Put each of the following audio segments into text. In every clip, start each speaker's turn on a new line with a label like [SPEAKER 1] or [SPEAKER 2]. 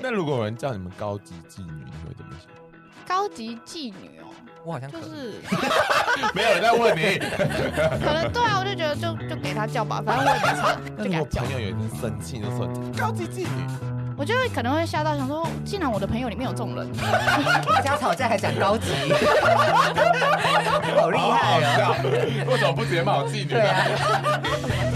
[SPEAKER 1] 那如果有人叫你们高级妓女，你会怎么想？
[SPEAKER 2] 高级妓女哦，
[SPEAKER 3] 我好像可
[SPEAKER 2] 就
[SPEAKER 3] 以。
[SPEAKER 2] 是
[SPEAKER 1] 没有人在问你。
[SPEAKER 2] 可能对啊，我就觉得就就给他叫吧，反正我也没差，就
[SPEAKER 1] 那
[SPEAKER 2] 给
[SPEAKER 1] 如
[SPEAKER 2] 他
[SPEAKER 1] 果
[SPEAKER 2] 叫
[SPEAKER 1] 朋。友有一天生气，就说高级妓女，
[SPEAKER 2] 我就会可能会吓到，想说，哦竟然我的朋友里面有这种人，
[SPEAKER 3] 大家吵架还讲高级，好厉害
[SPEAKER 1] 好好笑
[SPEAKER 3] 哦！
[SPEAKER 1] 为什么不直接骂我妓女
[SPEAKER 3] 对啊
[SPEAKER 1] 呢？，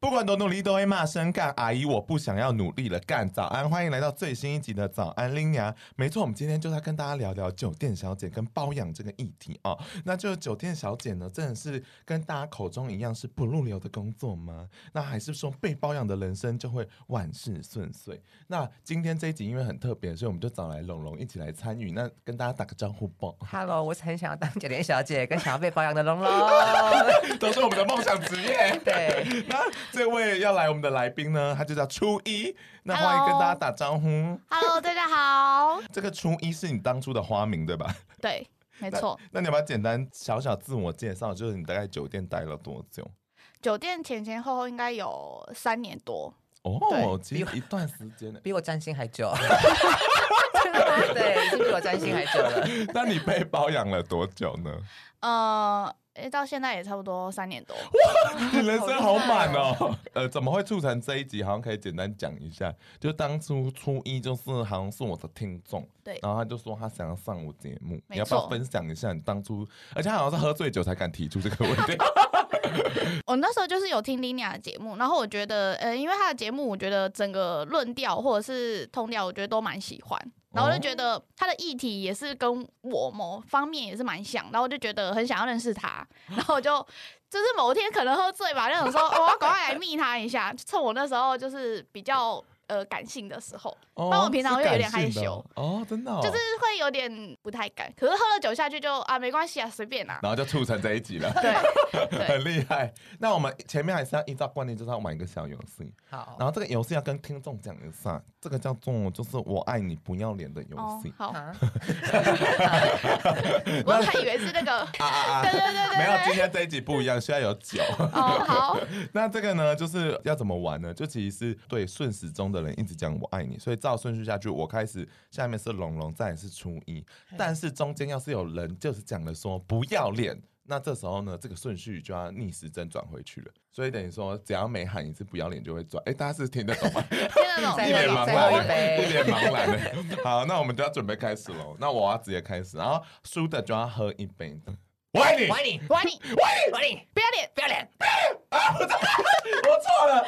[SPEAKER 1] 不管多努力都会骂声干阿姨，我不想要努力了干。早安，欢迎来到最新一集的早安林芽。没错，我们今天就是要跟大家聊聊酒店小姐跟包养这个议题哦。那就是酒店小姐呢，真的是跟大家口中一样是不入流的工作吗？那还是说被包养的人生就会万事顺遂？那今天这一集因为很特别，所以我们就找来龙龙一起来参与。那跟大家打个招呼吧，
[SPEAKER 3] Hello，我很想要当酒店小姐，跟想要被包养的龙龙。
[SPEAKER 1] 都是我们的梦想职业。
[SPEAKER 3] 对，。
[SPEAKER 1] 那这位要来我们的来宾呢，他就叫初一。那欢迎
[SPEAKER 2] Hello
[SPEAKER 1] 跟大家打招呼。
[SPEAKER 2] Hello，大家好。
[SPEAKER 1] 这个初一是你当初的花名对吧？
[SPEAKER 2] 对，没错，
[SPEAKER 1] 那你要不要简单小小自我介绍？就是你大概酒店待了多久？
[SPEAKER 2] 酒店前前后后应该有三年多。
[SPEAKER 1] 哦，其实一段时 间呢
[SPEAKER 3] 比我占星还 久。对，已经比我占星还久了。
[SPEAKER 1] 那你被包养了多久 呢？
[SPEAKER 2] 呃，诶到现在也差不多三年多。
[SPEAKER 1] 你人生好满哦。 呃，怎么会促成这一集？好像可以简单讲一下。就当初初一就是好像是我的听众，
[SPEAKER 2] 对
[SPEAKER 1] 然后他就说他想要上我节目，
[SPEAKER 2] 没
[SPEAKER 1] 你要不要
[SPEAKER 2] 错
[SPEAKER 1] 分享一下你当初？而且他好像是喝醉酒才敢提出这个问题。
[SPEAKER 2] 我那时候就是有听 Lina 的节目，然后我觉得，呃，因为她的节目，我觉得整个论调或者是通调，我觉得都蛮喜欢。然后我就觉得她的议题也是跟我某方面也是蛮像，然后我就觉得很想要认识她，然后我就就是某天可能喝醉吧，那种说、哦我要赶快来密她一下，趁我那时候就是比较呃感性的时候，
[SPEAKER 1] 哦
[SPEAKER 2] 但我平常
[SPEAKER 1] 是
[SPEAKER 2] 会有
[SPEAKER 1] 感
[SPEAKER 2] 点害
[SPEAKER 1] 性的
[SPEAKER 2] 羞
[SPEAKER 1] 哦，真的、哦，
[SPEAKER 2] 就是会有点不太敢。可是喝了酒下去就啊没关系啊，随便啊。
[SPEAKER 1] 然后就促成这一集 了，
[SPEAKER 2] 对对，
[SPEAKER 1] 很厉害。那我们前面还是要依照惯例，就是要玩一个小游戏，
[SPEAKER 3] 好
[SPEAKER 1] 然，后这个游戏要跟听众讲一下，这个叫做就是我爱你不要脸的游
[SPEAKER 2] 哦
[SPEAKER 1] 戏。
[SPEAKER 2] 好，
[SPEAKER 3] 啊
[SPEAKER 2] 我还以为是那个，
[SPEAKER 1] 啊啊啊
[SPEAKER 2] 哦对！对对 对
[SPEAKER 1] 没有，今
[SPEAKER 2] 对，
[SPEAKER 1] 天这一集不一样，需要有酒。
[SPEAKER 2] 哦好。
[SPEAKER 1] 那这个呢，就是要怎么玩呢？就其实是对顺时钟的人一直讲我爱你，所以照顺序下去，我开始下面是龙龙，再来是初一，但是中间要是有人就是讲了说不要脸。那这时候呢，这个顺序就要逆时针转回去了，所以等于说，只要每喊一次“不要脸”就会转。哎、大家是听得懂吗？
[SPEAKER 2] 听得懂，
[SPEAKER 1] 一
[SPEAKER 2] 听得
[SPEAKER 1] 脸
[SPEAKER 2] 懂
[SPEAKER 1] 茫
[SPEAKER 3] 再喝一
[SPEAKER 1] 然，
[SPEAKER 3] 杯
[SPEAKER 1] 一脸茫然的。好，那我们就要准备开始喽。那我要直接开始，然后输的就要喝一杯。我爱你，
[SPEAKER 3] 我爱你，
[SPEAKER 2] 我爱你，
[SPEAKER 3] 我爱你，
[SPEAKER 2] 不要脸！
[SPEAKER 3] 不要脸。
[SPEAKER 1] 我错了。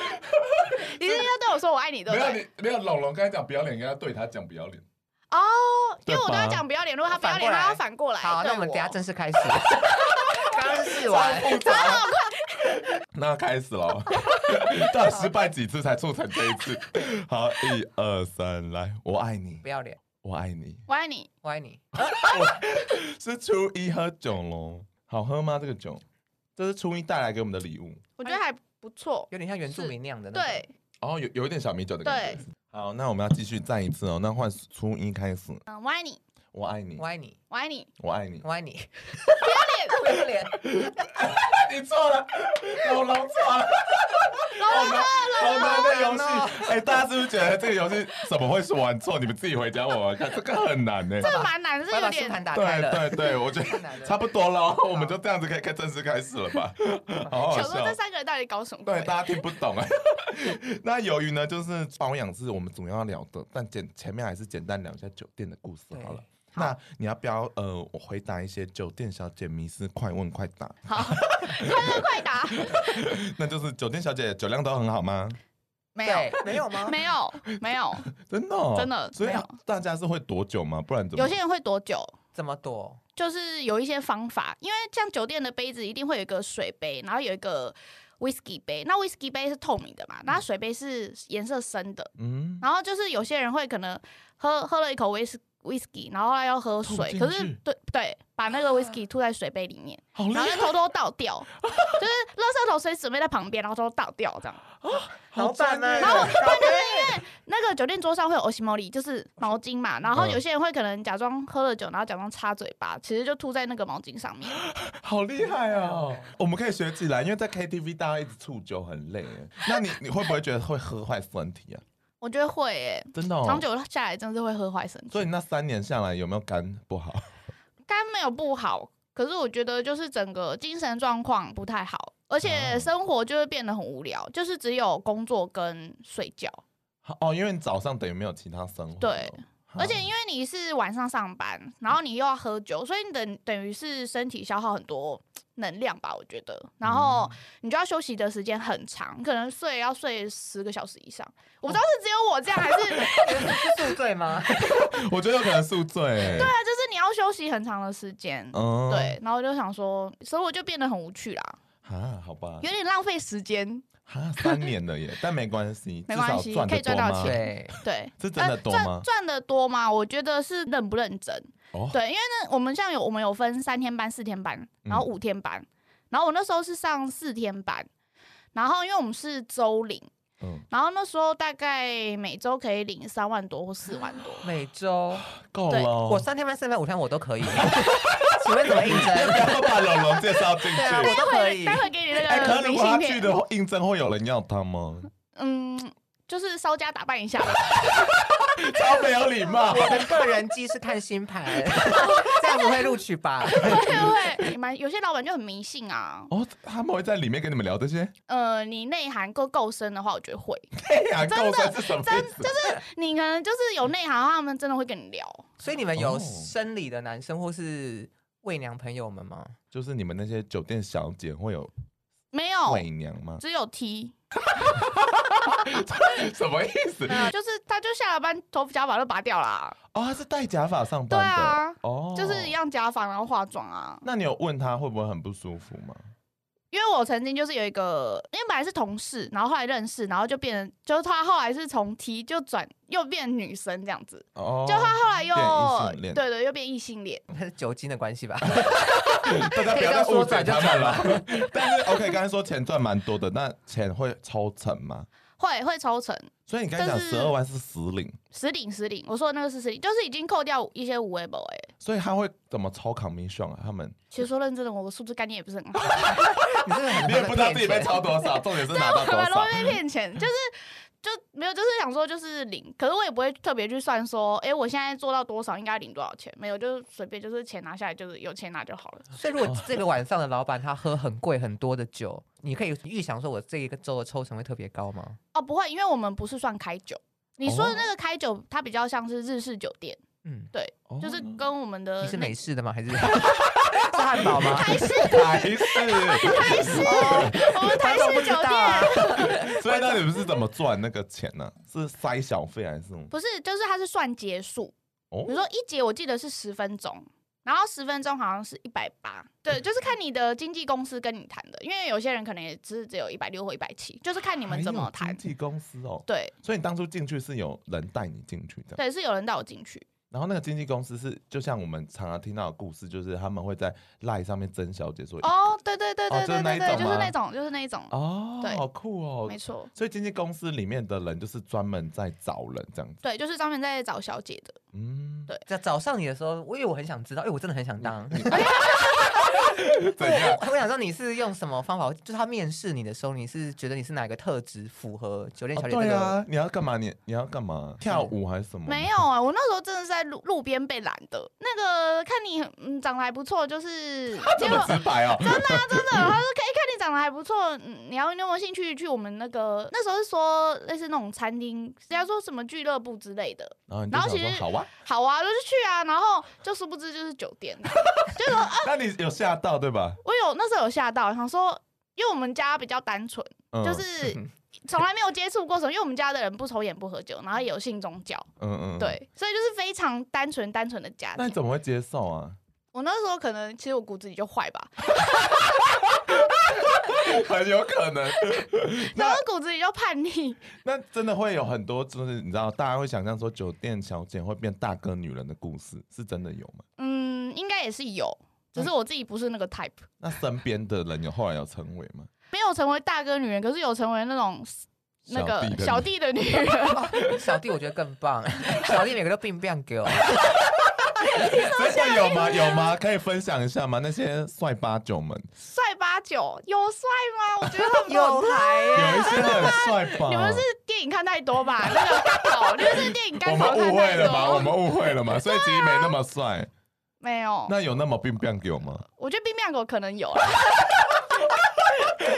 [SPEAKER 2] 你是要对我说我爱你，对
[SPEAKER 1] 没
[SPEAKER 2] 不
[SPEAKER 1] 有
[SPEAKER 2] 对？
[SPEAKER 1] 你，没有龙龙刚才讲不要脸，跟他对他讲不要脸。
[SPEAKER 2] 哦，因为我
[SPEAKER 1] 对
[SPEAKER 2] 都
[SPEAKER 1] 吧
[SPEAKER 2] 要讲不要脸，如果他不要
[SPEAKER 3] 反
[SPEAKER 2] 脸，
[SPEAKER 3] 过来
[SPEAKER 2] 他要反过来。
[SPEAKER 3] 好，那我们等一下
[SPEAKER 2] 真
[SPEAKER 3] 正式开始。刚试完，
[SPEAKER 1] 复杂， 那开始喽。到底失败几次才促成这一次？ 好，一二三，来，我爱你
[SPEAKER 3] 不，要脸，
[SPEAKER 1] 我爱你。
[SPEAKER 2] 我爱你，
[SPEAKER 3] 我爱你。
[SPEAKER 1] 是初一喝酒喽，好喝吗？这个酒，这是初一带来给我们的礼物。
[SPEAKER 2] 我觉得还不错。
[SPEAKER 3] 有点像原住民那样的那种。
[SPEAKER 2] 对，
[SPEAKER 1] 哦，有有一点小米酒的感觉。好，那我们要继续再一次哦。那换初一开始，
[SPEAKER 2] 嗯，我爱你，
[SPEAKER 1] 我爱你
[SPEAKER 3] 我，爱你，
[SPEAKER 2] 我爱 你，
[SPEAKER 1] 我爱你。
[SPEAKER 3] 我爱你，不要脸，不要脸，
[SPEAKER 1] 哎你错了， 龙龙错了。好
[SPEAKER 3] 哦
[SPEAKER 1] 难，好难的游戏！哎，大家是不是觉得这个游戏怎么会是玩错？你们自己回家玩玩看，这个很难欸呢。
[SPEAKER 2] 这个蛮难，是
[SPEAKER 3] 我要
[SPEAKER 2] 有
[SPEAKER 3] 把星
[SPEAKER 2] 点
[SPEAKER 3] 盘打开
[SPEAKER 1] 对
[SPEAKER 3] 了。
[SPEAKER 1] 对对，我觉
[SPEAKER 3] 太难
[SPEAKER 1] 得
[SPEAKER 3] 了
[SPEAKER 1] 差不多 了，我们就这样子可以开正式开始了吧？好好
[SPEAKER 2] 想说
[SPEAKER 1] 笑
[SPEAKER 2] 这。三个人到底搞什么
[SPEAKER 1] 对，
[SPEAKER 2] 鬼？
[SPEAKER 1] 大家听不懂 哎。那由于呢，就是包养是我们主要要聊的，但简前面还是简单聊一下酒店的故事好了。那你要不要呃，我回答一些酒店小姐迷思，快问快 答？
[SPEAKER 2] 好， 快乐快答，
[SPEAKER 1] 那就是酒店小姐酒量都很好吗？
[SPEAKER 2] 没
[SPEAKER 3] 对
[SPEAKER 2] 有，
[SPEAKER 3] 没有吗？
[SPEAKER 2] 没有，没有。
[SPEAKER 1] 真的、哦，
[SPEAKER 2] 真的
[SPEAKER 1] 所以
[SPEAKER 2] 没有
[SPEAKER 1] 大家是会躲酒吗？不然 怎么？
[SPEAKER 2] 有些人会多久？
[SPEAKER 3] 这么多，
[SPEAKER 2] 就是有一些方法，因为像酒店的杯子一定会有一个水杯，然后有一个 whisky 杯，那 whisky 杯是透明的嘛，然后水杯是颜色深的，
[SPEAKER 1] 嗯，
[SPEAKER 2] 然后就是有些人会可能喝喝了一口威士 whisky，然后后来要喝
[SPEAKER 1] 吐
[SPEAKER 2] 水，
[SPEAKER 1] 进
[SPEAKER 2] 可是
[SPEAKER 1] 去啊
[SPEAKER 2] 对对，把那个 whisky 吐在水杯里面，
[SPEAKER 1] 好厉
[SPEAKER 2] 然后再
[SPEAKER 1] 害，
[SPEAKER 2] 偷偷倒掉，就是垃圾桶随时准备在旁边，然后偷偷倒掉这样。
[SPEAKER 1] 好赞
[SPEAKER 3] 呢？
[SPEAKER 1] 欸
[SPEAKER 3] 然后我
[SPEAKER 2] 那个酒店桌上会有 oshimori，就是毛巾嘛，然后
[SPEAKER 1] 嗯
[SPEAKER 2] 有些人会可能假装喝了酒，然后假装擦嘴巴，其实就吐在那个毛巾上面。
[SPEAKER 1] 好厉害哦！我们可以学起来，因为在 KTV 大家一直触酒很累耶。那你你会不会觉得会喝坏身体啊？
[SPEAKER 2] 我觉得会诶、
[SPEAKER 1] 真的哦。
[SPEAKER 2] 长久下来真的是会喝坏身
[SPEAKER 1] 所以
[SPEAKER 2] 体。
[SPEAKER 1] 你那三年下来有没有肝不好？
[SPEAKER 2] 肝没有不好，可是我觉得就是整个精神状况不太好，而且
[SPEAKER 1] 哦
[SPEAKER 2] 生活就会变得很无聊，就是只有工作跟睡觉。
[SPEAKER 1] 哦，因为你早上等于没有其他生活。
[SPEAKER 2] 对
[SPEAKER 1] 哦，
[SPEAKER 2] 而且因为你是晚上上班，然后你又要喝酒，所以你等等于是身体消耗很多能量吧，我觉得。然后
[SPEAKER 1] 嗯
[SPEAKER 2] 你就要休息的时间很长，可能睡要睡十个小时以上。我不
[SPEAKER 1] 哦
[SPEAKER 2] 知道是只有我这样，还是 对啊，
[SPEAKER 3] 是 宿醉吗？
[SPEAKER 1] 我觉得有可能宿醉。对，
[SPEAKER 2] 就是你要休息很长的时间。
[SPEAKER 1] 嗯
[SPEAKER 2] 对，然后我就想说，生活就变得很无趣啦，
[SPEAKER 1] 啊，好吧
[SPEAKER 2] 有，点浪费时间。
[SPEAKER 1] 啊，三年了耶，但 没关系，
[SPEAKER 2] 没关系
[SPEAKER 1] 至少赚
[SPEAKER 2] 可
[SPEAKER 1] 得
[SPEAKER 2] 以赚
[SPEAKER 1] 多
[SPEAKER 2] 到
[SPEAKER 1] 吗？
[SPEAKER 2] 钱
[SPEAKER 3] 对，
[SPEAKER 2] 对，
[SPEAKER 1] 这真的
[SPEAKER 2] 呃
[SPEAKER 1] 多
[SPEAKER 2] 赚
[SPEAKER 1] 吗
[SPEAKER 2] 赚的多吗？我觉得是认不认真。
[SPEAKER 1] 哦
[SPEAKER 2] 对，因为呢，我们像有我们有分三天班、四天班，然后
[SPEAKER 1] 嗯
[SPEAKER 2] 五天班，然后我那时候是上四天班，然后因为我们是周领，
[SPEAKER 1] 嗯，
[SPEAKER 2] 然后那时候大概每周可以领三万多或四万 多。
[SPEAKER 3] 每周
[SPEAKER 1] 够
[SPEAKER 2] 对
[SPEAKER 1] 了哦。
[SPEAKER 3] 我三天半、四天半、五天我都可以。 请问怎么应征？
[SPEAKER 1] 要把龙龙介绍进
[SPEAKER 3] 对啊，
[SPEAKER 1] 去。
[SPEAKER 3] 我都可以
[SPEAKER 2] 待。会给 你
[SPEAKER 1] 哎，
[SPEAKER 2] 那
[SPEAKER 1] 可
[SPEAKER 2] 个
[SPEAKER 1] 是如
[SPEAKER 2] 明
[SPEAKER 1] 果
[SPEAKER 2] 信
[SPEAKER 1] 他去
[SPEAKER 2] 片，
[SPEAKER 1] 的话应征会有人要他吗？
[SPEAKER 2] 嗯，就是稍加打扮一下 吧。
[SPEAKER 1] 超没有礼貌。
[SPEAKER 3] 我的个人机是看星盘， 这样不会录取吧？
[SPEAKER 2] 对对，你们有些老板就很迷信啊。
[SPEAKER 1] 哦，他们会在里面跟你们聊这 些？
[SPEAKER 2] 呃，你内涵够够深的话，我觉得会。
[SPEAKER 1] 哎呀，够深是什么
[SPEAKER 2] 真
[SPEAKER 1] 意思？
[SPEAKER 2] 你可能就是
[SPEAKER 1] 嗯
[SPEAKER 2] 有内涵的话，他们真的会跟你聊。
[SPEAKER 3] 所以你们有
[SPEAKER 1] 哦
[SPEAKER 3] 生理的男生或是媚娘朋友们吗？
[SPEAKER 1] 就是你们那些酒店小姐会有
[SPEAKER 2] 没有，
[SPEAKER 1] 媚娘吗？
[SPEAKER 2] 只有 T，哦
[SPEAKER 1] 什么意 思？
[SPEAKER 2] 啊就是他就下了班头假发就拔掉啦，
[SPEAKER 1] 哦，他是戴假发上班
[SPEAKER 2] 对
[SPEAKER 1] 的。
[SPEAKER 2] 啊，
[SPEAKER 1] 哦，
[SPEAKER 2] 就是一。样假发然后化妆啊。
[SPEAKER 1] 那你有问他会不会很不舒服吗？
[SPEAKER 2] 因为我曾经就是有一个，因为本来是同事，然后后来认识，然后就变成，就是他后来是从 T 就转又变女生这样子，
[SPEAKER 1] 哦，
[SPEAKER 2] 就他后来又
[SPEAKER 1] 变异性恋
[SPEAKER 2] 对对又变异性恋，
[SPEAKER 1] 哦
[SPEAKER 3] 那是酒精的关 系吧？
[SPEAKER 1] 大家不要再误解他们 了。 但是 OK，刚才说钱赚蛮多的，那钱会抽成吗？
[SPEAKER 2] 会会抽成
[SPEAKER 1] 所以你刚才讲
[SPEAKER 2] 但是
[SPEAKER 1] 十二万是实领，
[SPEAKER 2] 实领实领，我说的那个是实领，就是已经扣掉一些无为 b 哎，
[SPEAKER 1] 所以他会怎么抽 commission 啊？他们
[SPEAKER 2] 其实说认真的，我数字概念也不是很好。
[SPEAKER 3] 你真的很
[SPEAKER 1] 你也不知道自己被抽多少，重点是拿到多
[SPEAKER 2] 很容
[SPEAKER 1] 少。
[SPEAKER 2] 易被骗钱，就是就没有，就是想说就是领，可是我也不会特别去算说，哎、我现在做到多少应该领多少钱，没有，就是随便就是钱拿下来，就是有钱拿就好了。
[SPEAKER 3] 所以如果这个晚上的老板他喝很贵很多的酒，你可以预想说我这一个周的抽成会特别高吗？
[SPEAKER 2] 哦，不会，因为我们不是算开酒。你说的那个开酒，它比较像是日式酒店，
[SPEAKER 3] 嗯，
[SPEAKER 1] 哦
[SPEAKER 2] 就是跟我们的
[SPEAKER 3] 你是
[SPEAKER 2] 那
[SPEAKER 3] 美式的吗？还是 是汉堡吗？
[SPEAKER 2] 台式
[SPEAKER 1] 还是，
[SPEAKER 2] 台式，
[SPEAKER 3] 哦
[SPEAKER 2] 我们台式酒
[SPEAKER 3] 啊
[SPEAKER 2] 店
[SPEAKER 1] 所以那你们是怎么赚那个钱呢、 是塞小费还是什么？
[SPEAKER 2] 不是，就是它是算节数，
[SPEAKER 1] 哦
[SPEAKER 2] 比如说一节我记得是十分钟，然后十分钟好像是一百八，对，就是看你的经纪公司跟你谈的，因为有些人可能也只只有一百六或一百七，就是看你
[SPEAKER 1] 你
[SPEAKER 2] 们怎么谈
[SPEAKER 1] 经。纪公司哦，
[SPEAKER 2] 对
[SPEAKER 1] 所以你当初进去是有人带你进去的，
[SPEAKER 2] 对，是有人带我进去，
[SPEAKER 1] 然后那个经纪公司是就像我们常常听到的故事，就是他们会在 line 上面争小姐说
[SPEAKER 2] 哦，对对对
[SPEAKER 1] 哦
[SPEAKER 2] 对
[SPEAKER 1] 就是
[SPEAKER 2] 对
[SPEAKER 1] 那
[SPEAKER 2] 对
[SPEAKER 1] 一种
[SPEAKER 2] 对，就是
[SPEAKER 1] 吗
[SPEAKER 2] 那种，就是那一种，
[SPEAKER 1] 哦，
[SPEAKER 2] 对
[SPEAKER 1] 好酷哦
[SPEAKER 2] 没，错，
[SPEAKER 1] 所以经纪公司里面的人就是专门在找人这样子，
[SPEAKER 2] 对，就是专门在找小姐的，
[SPEAKER 1] 嗯，
[SPEAKER 3] 在早上你的时候，我以为我很想知道，因为我真的很想当。
[SPEAKER 1] 怎样？
[SPEAKER 3] 我想知道你是用什么方法，就是他面试你的时候，你是觉得你是哪个特质符合酒店
[SPEAKER 1] 哦
[SPEAKER 3] 小姐这
[SPEAKER 1] 对
[SPEAKER 3] 个？
[SPEAKER 1] 啊，你要干嘛？你你要干嘛？跳舞还是什么？
[SPEAKER 2] 没有啊，我那时候真的是在路路边被拦的，那个看你很嗯长得还不 错，就是
[SPEAKER 1] 这
[SPEAKER 2] 结
[SPEAKER 1] 么
[SPEAKER 2] 果
[SPEAKER 1] 直白哦，
[SPEAKER 2] 真的、啊、真的，他说可以看你长得还不错，嗯你要你有没有兴趣去我们那个那时候是说类似那种餐厅，人家说什么俱乐部之类的，
[SPEAKER 1] 然后你就
[SPEAKER 2] 然后
[SPEAKER 1] 想
[SPEAKER 2] 其
[SPEAKER 1] 说
[SPEAKER 2] 实
[SPEAKER 1] 好啊，
[SPEAKER 2] 好啊，就是去啊，然后就殊不知就是酒店，
[SPEAKER 1] 那你有吓到对吧？
[SPEAKER 2] 啊我有那时候有吓到，想说。因为我们家比较单纯，
[SPEAKER 1] 嗯
[SPEAKER 2] 就是从来没有接触过什么。因为我们家的人不抽烟、不喝酒，然后也有信宗教，
[SPEAKER 1] 嗯嗯，。
[SPEAKER 2] 对，所以就是非常单纯、单纯的家
[SPEAKER 1] 那
[SPEAKER 2] 庭
[SPEAKER 1] 你。怎么会接受啊？
[SPEAKER 2] 我那时候可能其实我骨子里就坏吧，
[SPEAKER 1] 很有可能。
[SPEAKER 2] 然后骨子里就叛逆，
[SPEAKER 1] 那真的会有很多，就是你知道，大家会想象说酒店小姐会变大哥女人的故事，是真的有吗？
[SPEAKER 2] 嗯，应该也是有，只
[SPEAKER 1] 嗯
[SPEAKER 2] 是我自己不是那个 type，
[SPEAKER 1] 那身边的人有后来有成为吗？
[SPEAKER 2] 没有成为大哥女人，可是有成为那种那
[SPEAKER 1] 弟
[SPEAKER 2] 个
[SPEAKER 1] 的
[SPEAKER 2] 小
[SPEAKER 1] 女
[SPEAKER 2] 弟的女人。
[SPEAKER 3] 小弟我觉得更棒，小弟每个都病 病给我。
[SPEAKER 1] 真的有吗？有吗？可以分享一下吗？那些帅八九 们，
[SPEAKER 2] 帅八九有帅吗？我觉得 他们
[SPEAKER 4] 有才
[SPEAKER 1] 有
[SPEAKER 4] 耶！
[SPEAKER 1] 一些很帅吧？
[SPEAKER 2] 你们是电影看太多吧？那个干搞，就是 电影
[SPEAKER 1] 我
[SPEAKER 2] 干搞
[SPEAKER 1] 们
[SPEAKER 2] 看
[SPEAKER 1] 误会
[SPEAKER 2] 太
[SPEAKER 1] 了吧？我
[SPEAKER 2] 多。啊
[SPEAKER 1] 们误会了嘛？所以其实没那么帅。
[SPEAKER 2] 没有，
[SPEAKER 1] 那有那么病病有吗？
[SPEAKER 2] 我觉得冰面狗可能有啦，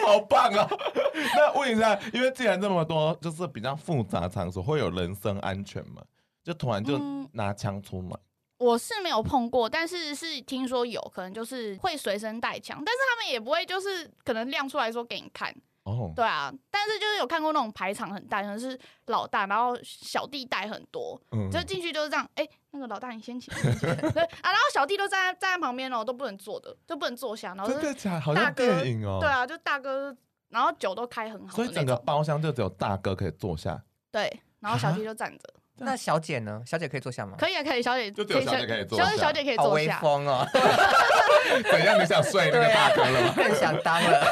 [SPEAKER 1] 好棒啊！ 那问一下，因为既然这么多，就是比较复杂场所，会有人身安全吗？就突然就
[SPEAKER 2] 嗯
[SPEAKER 1] 拿枪出门，
[SPEAKER 2] 我是没有碰过，但是是听说有可能就是会随身带枪，但是他们也不会就是可能亮出来说给你看，
[SPEAKER 1] 哦，
[SPEAKER 2] 对啊，但是就是有看过那种排场很大，可能是老大，然后小弟带很多，
[SPEAKER 1] 嗯
[SPEAKER 2] 就进去就是这样，哎、那个老大你先请， 你先请对啊，然后小弟都站在站在旁边哦，都不能坐的，都不能坐下，然后就
[SPEAKER 1] 真的假的？好
[SPEAKER 2] 大
[SPEAKER 1] 像
[SPEAKER 2] 哥
[SPEAKER 1] 电影哦。
[SPEAKER 2] 对。啊，就大哥，然后酒都开很好
[SPEAKER 1] 所
[SPEAKER 2] 的
[SPEAKER 1] 以
[SPEAKER 2] 那
[SPEAKER 1] 整个
[SPEAKER 2] 种，
[SPEAKER 1] 包厢就只有大哥可以坐 下，
[SPEAKER 2] 对，然后小
[SPEAKER 1] 啊
[SPEAKER 2] 弟就站着，
[SPEAKER 3] 那小姐呢？小姐可以坐下吗？
[SPEAKER 2] 可以啊，可以，小姐
[SPEAKER 1] 就只有小姐可以坐
[SPEAKER 2] 小姐
[SPEAKER 1] 下
[SPEAKER 2] 小姐可以
[SPEAKER 3] 好
[SPEAKER 2] 坐
[SPEAKER 3] 威
[SPEAKER 2] 下，
[SPEAKER 3] 风哦，
[SPEAKER 1] 哎怎样？你想睡那个
[SPEAKER 2] 啊
[SPEAKER 1] 大哥了吗？
[SPEAKER 3] 啊更想当了。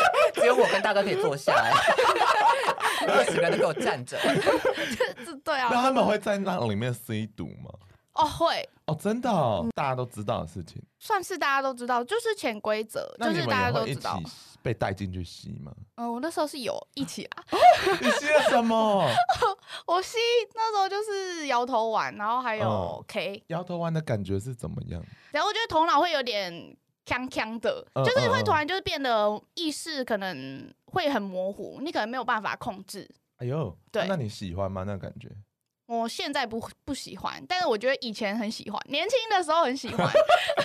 [SPEAKER 3] 只有我跟大哥可以坐下来，二十个人都给我站着。
[SPEAKER 2] 这对啊，
[SPEAKER 1] 那他们会在那里面吸毒吗？
[SPEAKER 2] 哦会。
[SPEAKER 1] 哦，真的、哦，
[SPEAKER 2] 嗯
[SPEAKER 1] 大家都知道的事情。
[SPEAKER 2] 算是大家都知道，就是潜规则，
[SPEAKER 1] 那
[SPEAKER 2] 就
[SPEAKER 1] 你
[SPEAKER 2] 是
[SPEAKER 1] 们
[SPEAKER 2] 大家
[SPEAKER 1] 也
[SPEAKER 2] 都
[SPEAKER 1] 会一
[SPEAKER 2] 知
[SPEAKER 1] 起
[SPEAKER 2] 道。
[SPEAKER 1] 被带进去吸 吗？
[SPEAKER 2] 嗯，我那时候是有一起啊，
[SPEAKER 1] 你吸了什么？
[SPEAKER 2] 我吸那时候就是摇头丸，然后还有
[SPEAKER 1] 哦
[SPEAKER 2] K，
[SPEAKER 1] 摇头丸的感觉是怎么样？
[SPEAKER 2] 然后我觉得头脑会有点呛呛的，
[SPEAKER 1] 嗯
[SPEAKER 2] 就是会
[SPEAKER 1] 嗯
[SPEAKER 2] 突然就是变得意识可能会很模糊，你可能没有办法控制。
[SPEAKER 1] 哎呦，
[SPEAKER 2] 对
[SPEAKER 1] 那你喜欢吗？那感觉？
[SPEAKER 2] 我现在不不喜欢，但是我觉得以前很喜欢，年轻的时候很喜 欢，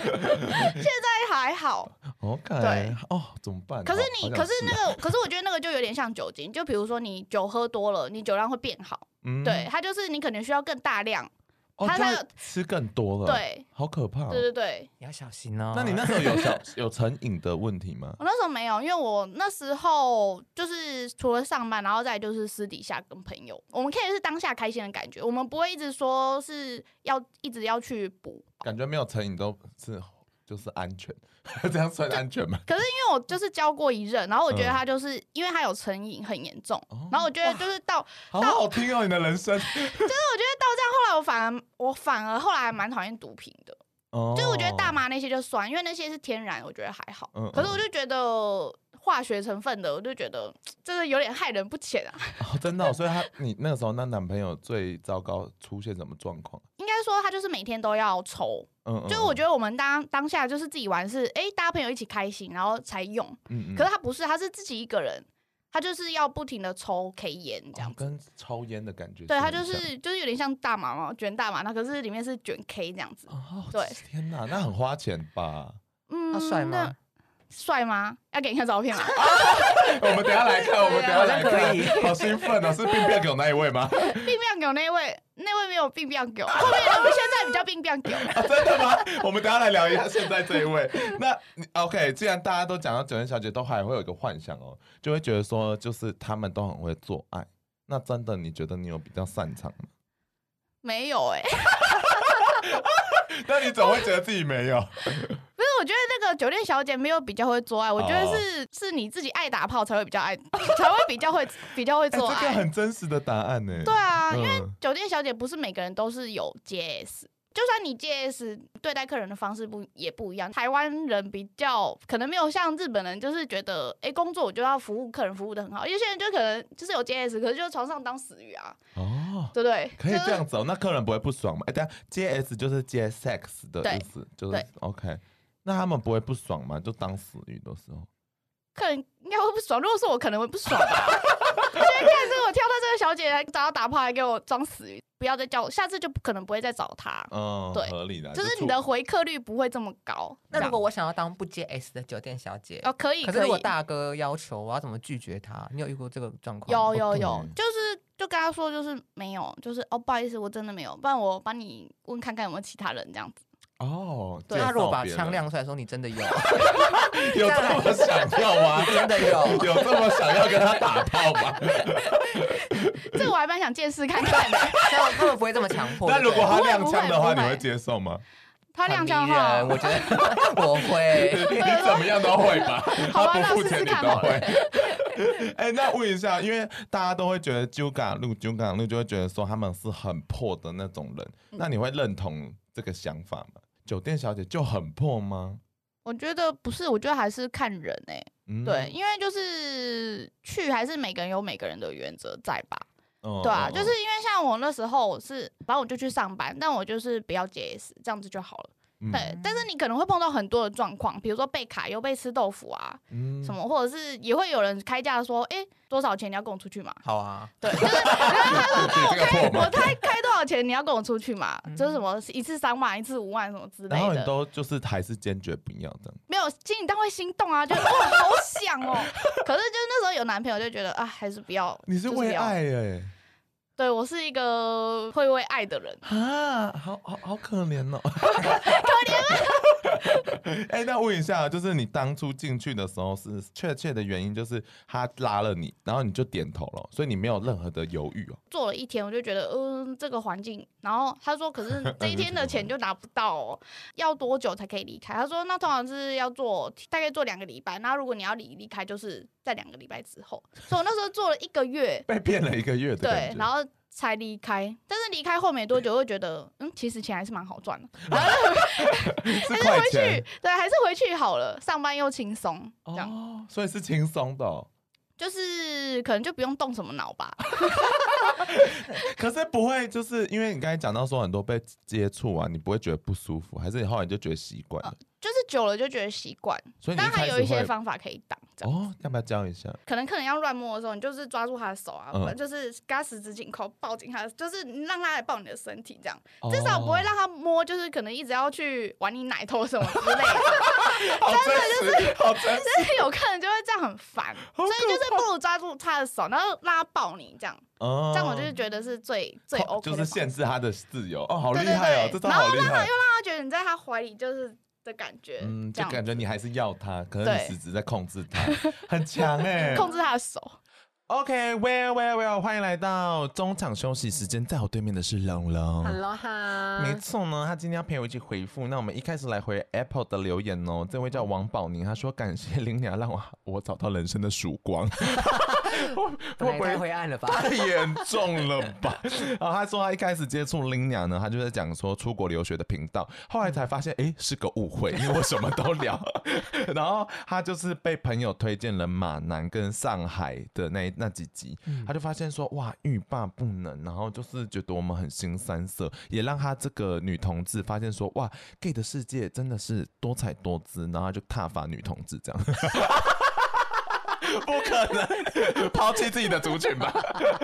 [SPEAKER 2] 现在还好。
[SPEAKER 1] 哦，看
[SPEAKER 2] 对
[SPEAKER 1] 来哦，怎么办？
[SPEAKER 2] 可是
[SPEAKER 1] 好
[SPEAKER 2] 你，
[SPEAKER 1] 好想
[SPEAKER 2] 可是
[SPEAKER 1] 试啊
[SPEAKER 2] 那个，可是我觉得那个就有点像酒精，就比如说你酒喝多了，你酒量会变好，
[SPEAKER 1] 嗯
[SPEAKER 2] 对，，它就是你可能需要更大量，
[SPEAKER 1] 哦
[SPEAKER 2] 他
[SPEAKER 1] 就
[SPEAKER 2] 那个
[SPEAKER 1] 吃更多了，，
[SPEAKER 2] 对，
[SPEAKER 1] 好可怕哦。
[SPEAKER 2] 对对对。
[SPEAKER 3] 你要小心哦。
[SPEAKER 1] 那你那时候有 小有成瘾的问题吗？
[SPEAKER 2] 我那时候没有，因为我那时候就是除了上班，然后再就是私底下跟朋友，我们可以是当下开心的感觉，我们不会一直说是要一直要去补，
[SPEAKER 1] 感觉没有成瘾都是就是安全， 这样算安全吗？
[SPEAKER 2] 因为我就是交过一任，然后我觉得
[SPEAKER 1] 嗯
[SPEAKER 2] 他就是、因为他有成瘾很严重
[SPEAKER 1] 哦，
[SPEAKER 2] 然后我觉得就是到
[SPEAKER 1] 好好听哦，你的人 生。
[SPEAKER 2] 后来我反而我反而后来还蛮讨厌毒品的。
[SPEAKER 1] 哦
[SPEAKER 2] 就是我觉得大麻那些就算，因为那些是天然，我觉得还好。
[SPEAKER 1] 嗯
[SPEAKER 2] 可是我就觉得化学成分的，我就觉得真的有点害人不浅啊。
[SPEAKER 1] 哦真的哦、所以他你那个时候那男朋友最糟糕出现什么状况？
[SPEAKER 2] 应该说他就是每天都要抽，
[SPEAKER 1] 嗯，
[SPEAKER 2] 就是我觉得我们当当下就是自己玩是，哎、大家朋友一起开心，然后才用。
[SPEAKER 1] 得，嗯嗯
[SPEAKER 2] 可是他不是，他是自己一个人，他就是要不停的抽 K 烟这样
[SPEAKER 1] 哦
[SPEAKER 2] 子。
[SPEAKER 1] 跟抽烟的感觉很像，
[SPEAKER 2] 对他就是就是有点像大麻嘛，卷大麻，那可是里面是卷 K 这样子。
[SPEAKER 1] 哦，
[SPEAKER 2] 对
[SPEAKER 1] 天哪，那很花钱吧？
[SPEAKER 2] 嗯，
[SPEAKER 3] 他帅
[SPEAKER 2] 那
[SPEAKER 3] 吗？？
[SPEAKER 2] 帅吗？要给你看照片吗？哦
[SPEAKER 1] 我们等一下来看，我们等一下来
[SPEAKER 3] 好像可
[SPEAKER 1] 看，好兴奋哦！是病变狗那一位吗？
[SPEAKER 2] 病变狗那一位，那位没有病变狗，后面我们现在比较病变狗。
[SPEAKER 1] 啊 真的吗？我们等一下来聊一下现在这一位。那你 OK，既然大家都讲到九天小姐，都还会有一个幻想哦，就会觉得说，就是他们都很会做爱。那真的，你觉得你有比较擅长吗？
[SPEAKER 2] 没有哎、可
[SPEAKER 1] 那你总会觉得自己没 有。
[SPEAKER 2] 是我觉得那个酒店小姐没有比较会做爱，我觉得
[SPEAKER 1] 哦
[SPEAKER 2] 是、是你自己爱打炮才会比较爱，才会比较会比较会
[SPEAKER 1] 哎，
[SPEAKER 2] 做
[SPEAKER 1] 这个
[SPEAKER 2] 爱。
[SPEAKER 1] 很真实的答案呢、嗯
[SPEAKER 2] 对啊，因为
[SPEAKER 1] 为
[SPEAKER 2] 酒店小姐不是每个人都是有 JS。就算你 JS 对待客人的方式不也不一样，台湾人比较可能没有像日本人，就是觉得哎、诶工作我就要服务客人，服务的很好。有些人就可能就是有 JS，可是就床上当死鱼啊，
[SPEAKER 1] 哦，
[SPEAKER 2] 对不对？
[SPEAKER 1] 可以
[SPEAKER 2] 就是
[SPEAKER 1] 这样子哦，那客人不会不爽吗？哎、等下 JS 就是接 sex 的
[SPEAKER 2] 对
[SPEAKER 1] 意思，就
[SPEAKER 2] 对
[SPEAKER 1] 是 OK。那他们不会不爽吗？就当死鱼的时候，
[SPEAKER 2] 客人应该会不爽。如果是我，可能会不爽吧。 我觉得看这我挑到这个小姐来找她打炮，还给我装死鱼，不要再叫我，下次就不可能不会再找她。
[SPEAKER 1] 嗯，
[SPEAKER 2] 对
[SPEAKER 1] 合理的啊，
[SPEAKER 2] 就是你
[SPEAKER 1] 处
[SPEAKER 2] 的回客率不会这么高。
[SPEAKER 3] 那如果
[SPEAKER 2] 这
[SPEAKER 3] 我想要当不接 S 的酒店小姐
[SPEAKER 2] 样，哦，可以，
[SPEAKER 3] 可是如
[SPEAKER 2] 可
[SPEAKER 3] 果
[SPEAKER 2] 以
[SPEAKER 3] 大哥要求，我要怎么拒绝他？你有遇过这个状况吗？
[SPEAKER 2] 有有
[SPEAKER 1] 哦
[SPEAKER 2] 有
[SPEAKER 1] 对，
[SPEAKER 2] 就是就跟他说就是没有，就是哦不好意思，我真的没有，不然我帮你问看看有没有其他人这样子。
[SPEAKER 1] 哦，
[SPEAKER 3] 对，
[SPEAKER 1] 介
[SPEAKER 3] 他如果
[SPEAKER 1] 绍
[SPEAKER 3] 把
[SPEAKER 1] 别
[SPEAKER 3] 枪
[SPEAKER 1] 人
[SPEAKER 3] 亮出来说你 真的有，
[SPEAKER 1] 有这么想要吗？
[SPEAKER 3] 真的有，
[SPEAKER 1] 有这么想要跟他打炮吗？
[SPEAKER 2] 这个我还蛮想见识看看的。
[SPEAKER 3] 他们他 们不会这么强迫。
[SPEAKER 1] 那如果他
[SPEAKER 2] 不会
[SPEAKER 1] 亮枪的话，
[SPEAKER 2] 不会不
[SPEAKER 1] 你
[SPEAKER 2] 会
[SPEAKER 1] 会接受吗？
[SPEAKER 2] 他亮
[SPEAKER 3] 很迷
[SPEAKER 2] 相
[SPEAKER 3] 人，
[SPEAKER 2] 号，
[SPEAKER 3] 我觉得 我会。
[SPEAKER 1] 你怎么样都会 吧？
[SPEAKER 2] 好吧
[SPEAKER 1] 他不付钱你
[SPEAKER 2] 那我试试看
[SPEAKER 1] 都
[SPEAKER 2] 好了
[SPEAKER 1] 会。 哎、那问一下，因为大家都会觉得 Juga 路 Juga 路就会觉得说他们是很破的那种人，
[SPEAKER 2] 嗯
[SPEAKER 1] 那你会认同这个想法吗？酒店小姐就很破吗？
[SPEAKER 2] 我觉得不是，我觉得还是看人哎、
[SPEAKER 1] 嗯
[SPEAKER 2] 对，，因为就是去还是每个人有每个人的原则在吧？
[SPEAKER 3] 哦
[SPEAKER 1] 嗯
[SPEAKER 2] 对啊，
[SPEAKER 1] 嗯
[SPEAKER 2] 就是因为像我那时候我是，反正我就去上班，但我就是不要 JS 这样子就好了。
[SPEAKER 1] 嗯
[SPEAKER 2] 对，但是你可能会碰到很多的状况，比如说被卡又被吃豆腐啊，
[SPEAKER 1] 嗯
[SPEAKER 2] 什么，或者是也会有人开价说，哎、多少钱你要跟我出去嘛？
[SPEAKER 3] 好 啊，
[SPEAKER 2] 对，就是
[SPEAKER 1] 对这个破
[SPEAKER 2] 我
[SPEAKER 1] 吗？嗯
[SPEAKER 2] 开开多少钱你要跟我出去嘛？就是什么一次三万，一次五万什么之
[SPEAKER 1] 然
[SPEAKER 2] 类
[SPEAKER 1] 后你
[SPEAKER 2] 的，
[SPEAKER 1] 都就是还是坚决不要这样。
[SPEAKER 2] 没有心里当会心 动啊，就哇好想哦。可是就是那时候有男朋友就觉得啊，还是不要。
[SPEAKER 1] 你是
[SPEAKER 2] 就是
[SPEAKER 1] 为
[SPEAKER 2] 不要
[SPEAKER 1] 爱哎、
[SPEAKER 2] 对我是一个会为爱的人，
[SPEAKER 1] 啊，好好好可怜 哦，可怜
[SPEAKER 2] 啊
[SPEAKER 1] 吗？哎、那问一下，就是你当初进去的时候是确切的原因，就是他拉了你，然后你就点头了，所以你没有任何的犹豫 哦。
[SPEAKER 2] 做了一天我就觉得嗯这个环境，然后他说可 是这一天的钱就拿不到哦，要多久才可以离开？他说那通常是要做大概做两个礼拜，那如果你要离离开就是在两个礼拜之后，所以我那时候做了一个月，
[SPEAKER 1] 被骗了一个月的感
[SPEAKER 2] 对，
[SPEAKER 1] 觉，
[SPEAKER 2] 然后才离开。但是离开后没多久，会觉得嗯，其实钱还是蛮好赚的，然后
[SPEAKER 1] 是
[SPEAKER 2] 还是
[SPEAKER 1] 快
[SPEAKER 2] 回
[SPEAKER 1] 钱
[SPEAKER 2] 去，对，还是回去好了，上班又轻松，这样、
[SPEAKER 1] 哦，所以是轻松的哦、
[SPEAKER 2] 就是可能就不用动什么脑吧。
[SPEAKER 1] 可是不会，就是因为你刚才讲到说很多被接触啊，你不会觉得不舒服，还是你后来就觉得习惯了？
[SPEAKER 2] 就是久了就觉得习惯，
[SPEAKER 1] 所以你
[SPEAKER 2] 但还
[SPEAKER 1] 开始
[SPEAKER 2] 哦有一些
[SPEAKER 1] 会
[SPEAKER 2] 方法可以挡。这样，
[SPEAKER 1] 哦，要不要教一下？
[SPEAKER 2] 可能客人要乱摸的时候，你就是抓住他的手啊，
[SPEAKER 1] 嗯
[SPEAKER 2] 不然就是给他十指紧扣，抱紧他，啊就是让他来抱你的身体，这样
[SPEAKER 1] 哦
[SPEAKER 2] 至少不会让他摸，就是可能一直要去玩你奶头什么之类
[SPEAKER 1] 哦
[SPEAKER 2] 的。
[SPEAKER 1] 好真实，好 真实，
[SPEAKER 2] 但是有客人就会这样很烦，
[SPEAKER 1] 所
[SPEAKER 2] 所以就是不如抓住他的手，然后让他抱你这样，
[SPEAKER 1] 哦
[SPEAKER 2] 这样我就是觉得是最最
[SPEAKER 1] 哦
[SPEAKER 2] OK 的
[SPEAKER 1] 就
[SPEAKER 2] 方
[SPEAKER 1] 是
[SPEAKER 2] 式，
[SPEAKER 1] 限制他的自由哦，好厉
[SPEAKER 2] 对对
[SPEAKER 1] 害哦，这
[SPEAKER 2] 对
[SPEAKER 1] 招好厉害。
[SPEAKER 2] 让他觉得你在他怀里就是的感觉，
[SPEAKER 1] 嗯，
[SPEAKER 2] 这
[SPEAKER 1] 就
[SPEAKER 2] 样
[SPEAKER 1] 感觉你还是要他，可能
[SPEAKER 2] 对
[SPEAKER 1] 你实质在控制他，很 强哎、
[SPEAKER 2] 控制他的手。
[SPEAKER 1] OK，Well Well Well，欢迎来到中场休息时间，在我对面的是龙龙。
[SPEAKER 3] 喽哈
[SPEAKER 1] 没错呢，他今天要陪我一起回复。那我们一开始来回 Apple 的留言哦，这位叫王宝宁，他说感谢林娘让我我找到人生的曙光。我
[SPEAKER 3] 太
[SPEAKER 1] 我
[SPEAKER 3] 太灰暗了吧？
[SPEAKER 1] 太严重了吧？然后他说他一开始接触 Lina 呢，他就在讲说出国留学的频道，后来才发现诶是个误会，因为我什么都聊。 然后他就是被朋友推荐了马南跟上海的那那几集，他就发现说哇欲罢不能，然后就是觉得我们很新三色，也让他这个女同志发现说哇 gay 的世界真的是多彩多姿，然后他就踏伐女同志这样。不可能抛弃自己的族群吧。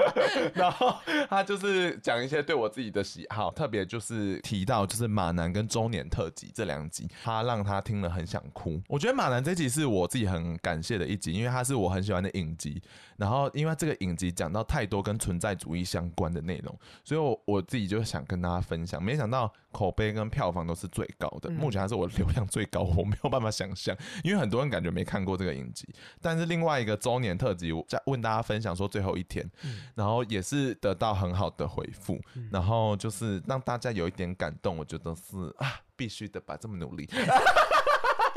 [SPEAKER 1] 然后他就是讲一些对我自己的喜好，特别就是提到就是马南跟周年特辑这两集，他让他听了很想哭。我觉得马南这集是我自己很感谢的一集，因为它是我很喜欢的影集。然后因为这个影集讲到太多跟存在主义相关的内容，所以我我自己就想跟大家分享。没想到口碑跟票房都是最高的，
[SPEAKER 3] 嗯
[SPEAKER 1] 目前还是我流量最高，我没有办法想象，因为很多人感觉没看过这个影集。但是另外一个周年特辑，我在问大家分享说最后一天，然后也是得到很好的回复，然后就是让大家有一点感动，我觉得是啊，必须的吧，这么努力，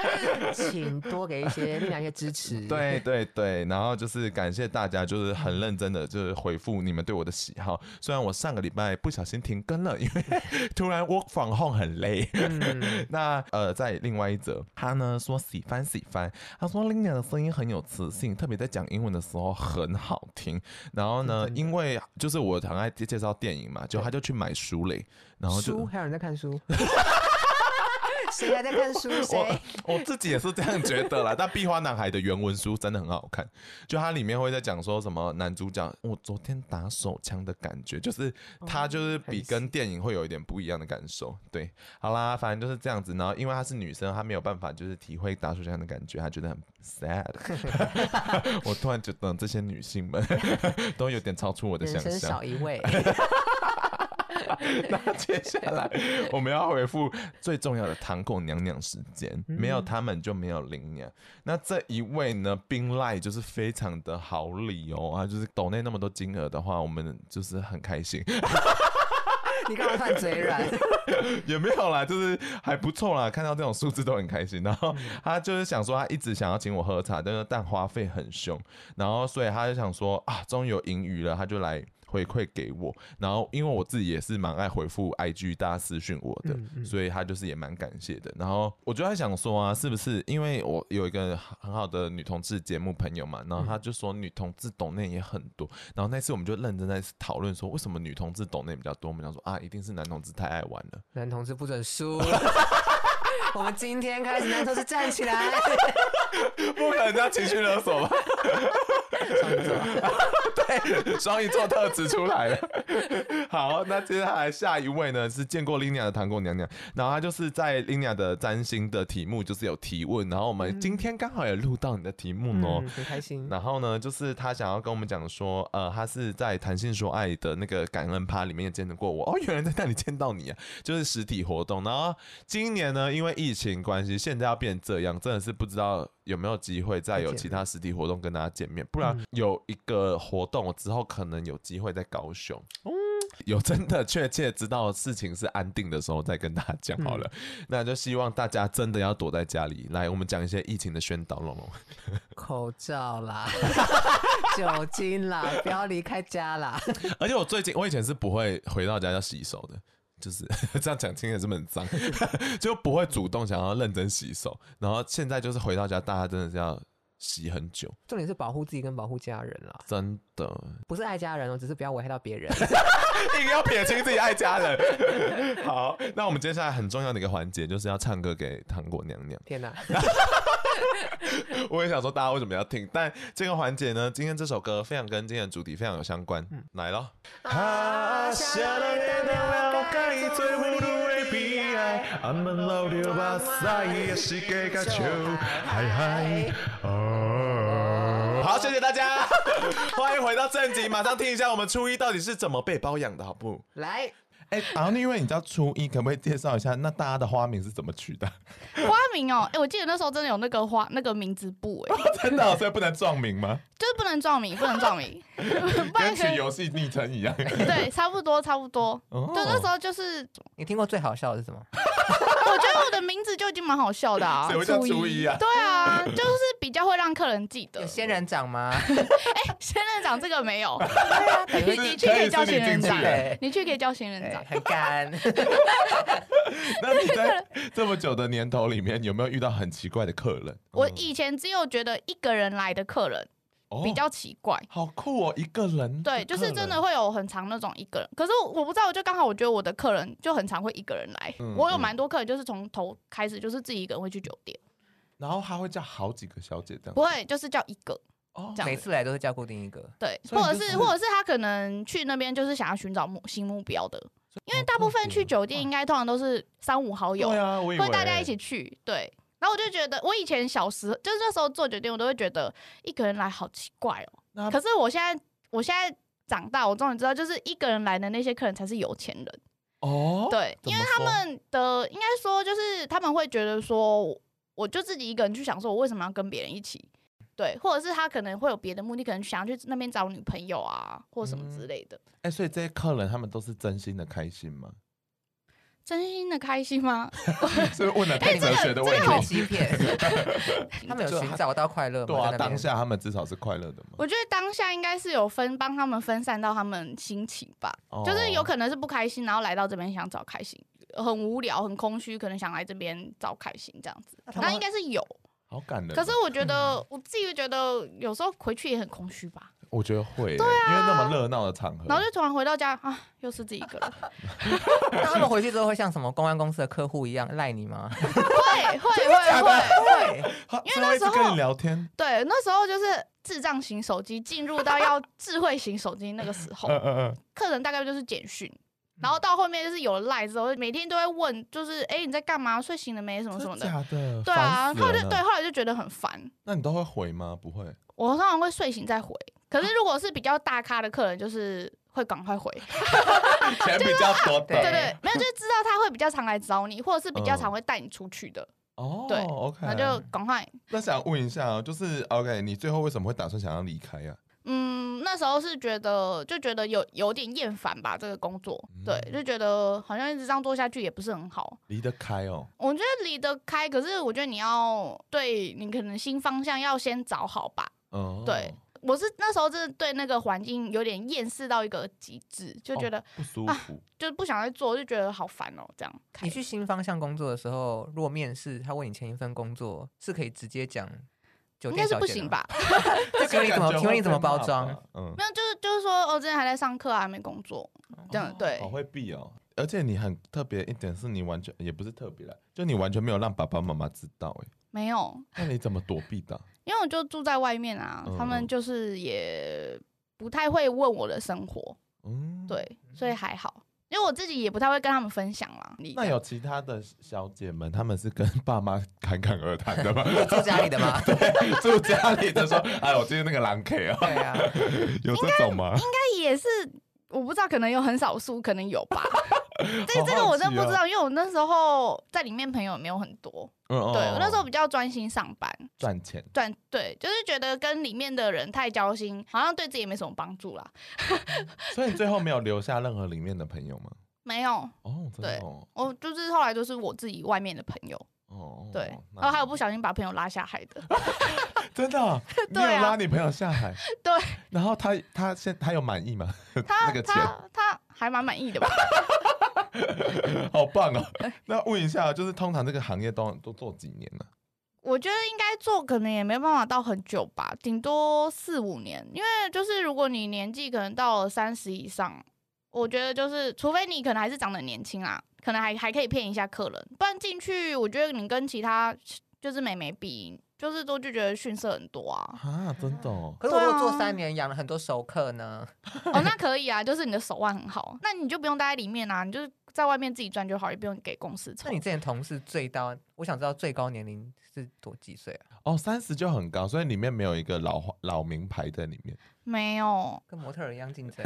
[SPEAKER 3] 请多给一些力量一些支持。
[SPEAKER 1] 对对对，然后就是感谢大家，就是很认真的，就是回复你们对我的喜好。虽然我上个礼拜不小心停更了，因为突然 work from home 很累。 那呃，在另外一则，他呢说喜欢喜欢，他说 Lina 的声音很有磁性，特别在讲英文的时候很好听。然后呢，因为就是我很爱介绍电影嘛，就他就去买书嘞，然后就
[SPEAKER 3] 书还有人在 看书，谁还在看书？谁？
[SPEAKER 1] 我 自己也是这样觉得啦。但《壁花男孩》的原文书真的很好看，就它里面会在讲说什么男主角，我昨天打手枪的感觉，就是他就是比跟电影会有一点不一样的感受。对，好啦，反正就是这样子。然后因为她是女生，她没有办法就是体会打手枪的感觉，她觉得很 sad。我 突然觉 得这些女性们都有点超出我的
[SPEAKER 3] 人
[SPEAKER 1] 想
[SPEAKER 3] 生
[SPEAKER 1] 象
[SPEAKER 3] 少。一位，
[SPEAKER 1] 那接下来我们要回复最重要的堂口娘娘时间，没有他们就没有林娘。那这一位呢，冰赖就是非常的好礼哦，啊，就是抖内那么多金额的话，我们就是很开心，
[SPEAKER 3] 你干嘛犯嘴软？
[SPEAKER 1] 也没有啦，就是还不错啦，看到这种数字都很开心。然后他就是想说，他一直想要请我喝茶，但是但花费很凶，然后所以他就想说啊，终于有盈余了，他就来。回馈给我，然后因为我自己也是蛮爱回复 IG 大家私讯我的，所以他就是也蛮感谢的。然后我就在想说啊，是不是因为我有一个很好的女同志节目朋友嘛，然后他就说女同志懂内也很多，然后那次我们就认真在讨论说为什么女同志懂内比较多，我们想说啊，一定是男同志太爱玩了。
[SPEAKER 3] 男同志不准输。 我们今天开始，男同志站起来。
[SPEAKER 1] 不可能这样情绪勒索吧？对，双鱼座特质出来了。好，那接下来下一位呢是见过 Lina 的糖果娘娘，然后她就是在 Lina 的占星的题目就是有提问，然后我们今天刚好也录到你的题目哦。
[SPEAKER 3] 嗯，很开心。
[SPEAKER 1] 然后呢，就是她想要跟我们讲说，呃，她是在谈性说爱的那个感恩趴里面见得过我哦，原来在那里见到你啊，就是实体活动。然后今年呢，因为疫情关系，现在要变这样，真的是不知道有没有机会再有
[SPEAKER 3] 再见
[SPEAKER 1] 其他实体活动跟大家见面。不然有一个活动，我之后可能有机会在高雄。
[SPEAKER 3] 嗯
[SPEAKER 1] 有真的确切知道事情是安定的时候，再跟大家讲好了。
[SPEAKER 3] 嗯
[SPEAKER 1] 那就希望大家真的要躲在家里。来，我们讲一些疫情的宣导，龙龙。
[SPEAKER 3] 口罩啦， 酒精啦，不要离开家啦。
[SPEAKER 1] 而且我最近，我以前是不会回到家要洗手的，就是 这样讲听起来是不是很脏， 就不会主动想要认真洗手。然后现在就是回到家，大家真的是要洗很久，
[SPEAKER 3] 重点是保护自己跟保护家人啦，
[SPEAKER 1] 真的
[SPEAKER 3] 不是爱家人哦，只是不要危害到别人。
[SPEAKER 1] 硬要撇清自己爱家人。 好，那我们接下来很重要的一个环节就是要唱歌给糖果娘娘。
[SPEAKER 3] 天哪，
[SPEAKER 1] 我也想说大家为什么要听，但这个环节呢，今天这首歌非常跟今天的主题非常有相关，来咯。啊，下了月亮我该最无路的悲哀，俺们老掉把塞也是给个球，嗨嗨，哦。好，谢谢大家， 欢迎回到正题，马上听一下我们初一到底是怎么被包养的，好不？
[SPEAKER 3] 来，
[SPEAKER 1] 哎、然后因为你知道初一，可不可以介绍一下那大家的花名是怎么取的？
[SPEAKER 2] 花名哦，哎、我记得那时候真的有那个花那个名字簿， 哎，
[SPEAKER 1] 真的、啊所以不能撞名吗？
[SPEAKER 2] 就是不能撞名，不能 撞名，不
[SPEAKER 1] 跟
[SPEAKER 2] 然可
[SPEAKER 1] 取
[SPEAKER 2] 以
[SPEAKER 1] 游戏昵称一样。
[SPEAKER 2] 对，差不多差不多。
[SPEAKER 1] 哦
[SPEAKER 2] 对，那时候就是，
[SPEAKER 3] 你听过最好笑的是什么？
[SPEAKER 2] 呃我觉得我的名字就已经蛮好笑的啊
[SPEAKER 1] 谁，会叫初一啊？
[SPEAKER 2] 对啊，就是比较会让客人记得
[SPEAKER 3] 有。仙人掌吗？
[SPEAKER 2] 仙人掌这个没有，
[SPEAKER 1] 是
[SPEAKER 2] 你你去可以叫仙人
[SPEAKER 1] 可以是你进
[SPEAKER 2] 掌
[SPEAKER 1] 去
[SPEAKER 3] 的，
[SPEAKER 2] 你去可以叫仙人
[SPEAKER 3] 对
[SPEAKER 2] 掌。
[SPEAKER 3] 很 干。
[SPEAKER 1] 那你在这么久的年头里面，有没有遇到很奇怪的客人？嗯
[SPEAKER 2] 我以前只有觉得一个人来的客人
[SPEAKER 1] 哦
[SPEAKER 2] 比较奇怪，
[SPEAKER 1] 好酷哦，一个人的客
[SPEAKER 2] 对，
[SPEAKER 1] 人
[SPEAKER 2] 就是真的。会有很长那种一个人。可是我我不知道，我就刚好我觉得我的客人就很常会一个人来，
[SPEAKER 1] 嗯
[SPEAKER 2] 我有蛮多客人就是从头开始就是自己一个人会去酒店，
[SPEAKER 1] 然后他会叫好几个小姐这样
[SPEAKER 2] 不，会就是叫一个。
[SPEAKER 1] 哦
[SPEAKER 2] 这样
[SPEAKER 3] 每次来都是叫固定一个，
[SPEAKER 2] 对，
[SPEAKER 1] 所以
[SPEAKER 2] 或者
[SPEAKER 1] 你就是
[SPEAKER 2] 或者是他可能去那边就是想要寻找目新目标的，因为大
[SPEAKER 1] 哦
[SPEAKER 2] 部分去酒店应该通常都是三五好友，
[SPEAKER 1] 对啊，我以为
[SPEAKER 2] 会大家一起去。对，然后我就觉得，我以前小时候就是那时候做酒店，我都会觉得一个人来好奇怪
[SPEAKER 1] 那
[SPEAKER 2] 哦。可是我现在，我现在长大，我终于知道，就是一个人来的那些客人才是有钱人。
[SPEAKER 1] 哦，
[SPEAKER 2] 对，因为
[SPEAKER 1] 为他
[SPEAKER 2] 他们的应该说就是他们会觉得说，我我就自己一个人去想，说我为什么要跟别人一起？对，或者是他可能会有别的目的，可能想要去那边找女朋友啊，或什么之类的。
[SPEAKER 1] 哎，所以这些客人他们都是真心的开心 吗？
[SPEAKER 2] 真心的开心吗？
[SPEAKER 1] 所以问了太
[SPEAKER 2] 哎这
[SPEAKER 1] 哲
[SPEAKER 2] 个
[SPEAKER 1] 学的
[SPEAKER 2] 这
[SPEAKER 1] 问
[SPEAKER 2] 个
[SPEAKER 3] 被
[SPEAKER 2] 好
[SPEAKER 1] 题。
[SPEAKER 3] 欺骗。 他们有寻找到快乐吗？
[SPEAKER 1] 对啊，
[SPEAKER 3] 在那边
[SPEAKER 1] 当下他们至少是快乐的嘛。
[SPEAKER 2] 我觉得当下应该是有分帮他们分散到他们心情吧，
[SPEAKER 1] 哦
[SPEAKER 2] 就是有可能是不开心，然后来到这边想找开心，很无聊、很空虚，可能想来这边找开心这样子。
[SPEAKER 3] 那他们
[SPEAKER 2] 那应该是有，
[SPEAKER 1] 好感人。哦
[SPEAKER 2] 可是我觉
[SPEAKER 1] 嗯
[SPEAKER 2] 得我自己觉得有时候回去也很空虚吧。
[SPEAKER 1] 我觉得会，对啊，因为那么热闹的场合，
[SPEAKER 2] 然后就突然回到家啊，又是自己一个人，
[SPEAKER 3] 那他们回去之后会像什么公安公司的客户一样赖你吗？
[SPEAKER 2] 会会会会，
[SPEAKER 3] 对，
[SPEAKER 1] 他
[SPEAKER 2] 因为那时
[SPEAKER 1] 所以他一直
[SPEAKER 2] 候
[SPEAKER 1] 跟你聊天，
[SPEAKER 2] 对，那时候就是智障型手机进入到要智慧型手机那个时候
[SPEAKER 1] 嗯，嗯嗯，
[SPEAKER 2] 客人大概就是简讯，然后到后面就是有了赖之后，每天都会问，就是哎、诶你在干嘛？睡醒了没？什么什么
[SPEAKER 1] 真
[SPEAKER 2] 的，
[SPEAKER 1] 假的？
[SPEAKER 2] 对啊，
[SPEAKER 1] 烦死人
[SPEAKER 2] 后来就
[SPEAKER 1] 了
[SPEAKER 2] 对，，后来就觉得很烦，
[SPEAKER 1] 那你都会 回吗？不会，
[SPEAKER 2] 我通常会睡醒再回，可是如果是比较大咖的客人，就是会赶快回。
[SPEAKER 1] 钱比较多的，
[SPEAKER 3] 对
[SPEAKER 2] 对对，没有就是知道他会比较常来找你，或者是比较常会带你出去的，
[SPEAKER 1] 哦，
[SPEAKER 2] 对
[SPEAKER 1] ，OK，
[SPEAKER 2] 那就赶快。
[SPEAKER 1] 那想问一下哦，就是 OK，你最后为什么会打算想要离开呀、
[SPEAKER 2] 嗯，那时候是觉得就觉得有有点厌烦吧，这个工作，对，就觉得好像一直这样做下去也不是很好。
[SPEAKER 1] 离得开哦，
[SPEAKER 2] 我觉得离得开，可是我觉得你要对你可能新方向要先找好吧。
[SPEAKER 1] 嗯，
[SPEAKER 2] 对，我是那时候真的对那个环境有点厌世到一个极致，就觉得、
[SPEAKER 1] 哦不舒
[SPEAKER 2] 啊
[SPEAKER 1] 服，
[SPEAKER 2] 就是不想再做，就觉得好烦哦、这样。
[SPEAKER 3] 你去新方向工作的时候，如果面试他问你前一份工作，是可以直接讲酒
[SPEAKER 2] 应该
[SPEAKER 3] 店
[SPEAKER 2] 是
[SPEAKER 3] 小
[SPEAKER 2] 不
[SPEAKER 3] 姐的
[SPEAKER 2] 行
[SPEAKER 3] 吗？
[SPEAKER 2] 吧？啊
[SPEAKER 3] 这请问你怎么？请问你怎么包装？？
[SPEAKER 1] 嗯，
[SPEAKER 2] 没有，就是就是说，哦，之前还在上课啊，还没工作，这样、对
[SPEAKER 1] 好，会避哦。而且你很特别一点是你完全也不是特别了，就你完全没有让爸爸妈妈知道 哎、
[SPEAKER 2] 没有，
[SPEAKER 1] 那你怎么躲避的？
[SPEAKER 2] 因为我就住在外面啊，
[SPEAKER 1] 嗯
[SPEAKER 2] 他们
[SPEAKER 1] 嗯
[SPEAKER 2] 就是也不太会问我的生活，
[SPEAKER 1] 嗯，。
[SPEAKER 2] 对，所以还好，因为我自己也不太会跟他们分享啦。你
[SPEAKER 1] 那有其他的小姐们，她们是跟爸妈侃侃而谈 的吗？
[SPEAKER 3] 住家里的吗？
[SPEAKER 1] 住家里的说，哎，我今天那个狼 K 啊，
[SPEAKER 3] 对 啊，
[SPEAKER 1] 有这种吗？
[SPEAKER 2] 那也是我不知道，可能有很少数，可能有吧。 这
[SPEAKER 1] 好
[SPEAKER 2] 这个
[SPEAKER 1] 好
[SPEAKER 2] 我真
[SPEAKER 1] 奇
[SPEAKER 2] 的
[SPEAKER 1] 哦
[SPEAKER 2] 不知道，因为我那时候在里面朋友也没有很多，
[SPEAKER 1] 嗯，
[SPEAKER 2] 对
[SPEAKER 1] 对
[SPEAKER 2] 我那时候比较专心上班，
[SPEAKER 1] 赚钱，
[SPEAKER 2] 赚对，就是觉得跟里面的人太交心，好像对自己也没什么帮助啦。
[SPEAKER 1] 所以你最后没有留下任何里面的朋友吗？
[SPEAKER 2] 没有，
[SPEAKER 1] 哦，真的哦，
[SPEAKER 2] 我就是后来就是我自己外面的朋友，
[SPEAKER 1] 哦哦，
[SPEAKER 2] 对，
[SPEAKER 1] 那
[SPEAKER 2] 然后还有不小心把朋友拉 下海的，
[SPEAKER 1] 真的哦，你有
[SPEAKER 2] 对啊
[SPEAKER 1] 拉你朋友下海，
[SPEAKER 2] 对，
[SPEAKER 1] 然后他他现他有满意吗？
[SPEAKER 2] 他
[SPEAKER 1] 那个钱
[SPEAKER 2] 他他还蛮满意的吧？
[SPEAKER 1] 好棒 哦！那问一下，就是通常这个行业都都做几年呢？
[SPEAKER 2] 我觉得应该做可能也没办法到很久吧，顶多四五年，因为就是如果你年纪可能到了三十以上，我觉得就是除非你可能还是长得年轻啊，可能还还可以骗一下客人，不然进去我觉得你跟其他就是美眉比，就是都就觉得逊色很多啊。
[SPEAKER 1] 啊，真的哦，
[SPEAKER 3] 可是我如果
[SPEAKER 2] 对
[SPEAKER 3] 做
[SPEAKER 2] 啊
[SPEAKER 3] 三年，养了很多熟客呢，
[SPEAKER 2] 哦，那可以啊，就是你的手腕很好，那你就不用待在里面啊，你就是在外面自己赚就好，也不用给公司抽
[SPEAKER 3] 那你。之前同事最高，我想知道最高年龄是多几岁啊？
[SPEAKER 1] 哦，三十就很高，所以里面没有一个老老名牌在里 面。
[SPEAKER 2] 没有，
[SPEAKER 3] 跟模特儿一样竞争。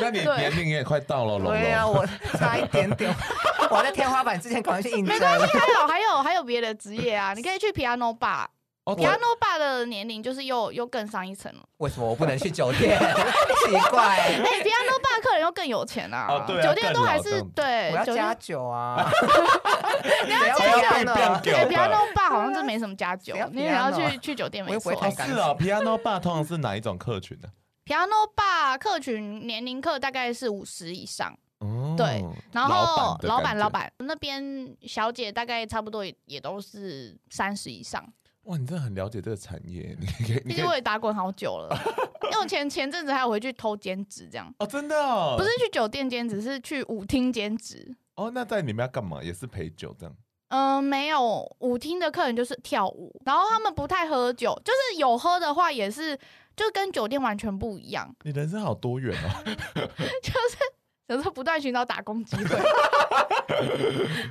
[SPEAKER 1] 那你
[SPEAKER 2] 对
[SPEAKER 1] 年龄也快到了，龙
[SPEAKER 3] 对啊，
[SPEAKER 1] 龙。
[SPEAKER 3] 我差一点点， 我在天花板之前赶快去应征。
[SPEAKER 2] 还有还有还有别的职业啊，你可以去 piano bar，
[SPEAKER 1] 哦，我
[SPEAKER 2] piano bar 的年龄就是又又更上一层了。
[SPEAKER 3] 为什么我不能去酒店？ 奇怪，
[SPEAKER 2] 哎、p i a n o bar 客人又更有钱啊，
[SPEAKER 1] 哦对啊
[SPEAKER 2] 酒店都还
[SPEAKER 1] 更
[SPEAKER 2] 是
[SPEAKER 1] 老
[SPEAKER 2] 对
[SPEAKER 3] 我要
[SPEAKER 2] 酒
[SPEAKER 3] 加
[SPEAKER 2] 店。
[SPEAKER 3] 酒啊！你要
[SPEAKER 1] 还要
[SPEAKER 3] 加
[SPEAKER 1] 被变
[SPEAKER 3] 呢？
[SPEAKER 1] 酒
[SPEAKER 2] 哎、p i a n
[SPEAKER 1] 吧？
[SPEAKER 2] o bar 好像是没什么加酒
[SPEAKER 3] 谁要，
[SPEAKER 2] 你也要
[SPEAKER 3] piano 啊
[SPEAKER 2] 去去酒店
[SPEAKER 3] 我
[SPEAKER 2] 没
[SPEAKER 3] 又不会
[SPEAKER 2] 错。
[SPEAKER 1] 哦，
[SPEAKER 3] 弹
[SPEAKER 1] 是哦，Piano Bar 通常是哪一种客群呢？
[SPEAKER 2] piano bar 客群年龄客大概是五十以上，
[SPEAKER 1] 哦，
[SPEAKER 2] 对，然后
[SPEAKER 1] 的
[SPEAKER 2] 老
[SPEAKER 1] 感
[SPEAKER 2] 板
[SPEAKER 1] 觉
[SPEAKER 2] 老，板那边小姐大概差不多也也都是三十以上。
[SPEAKER 1] 哇，你真的很了解这个产业，你可 以，
[SPEAKER 2] 其
[SPEAKER 1] 你
[SPEAKER 2] 实
[SPEAKER 1] 可
[SPEAKER 2] 我
[SPEAKER 1] 以，
[SPEAKER 2] 也打滚好久 了，因为我前前阵子还有回去偷兼职，这样
[SPEAKER 1] 哦，真的哦，
[SPEAKER 2] 不是去酒店兼职，是去舞厅兼职。
[SPEAKER 1] 哦，那在里面要干嘛？也是陪酒这样。
[SPEAKER 2] 嗯、没有舞厅的客人就是跳舞，然后他们不太喝酒，就是有喝的话也是，就跟酒店完全不一样，
[SPEAKER 1] 你人生好多元哦，
[SPEAKER 2] 就是有时候不断寻找打工机会。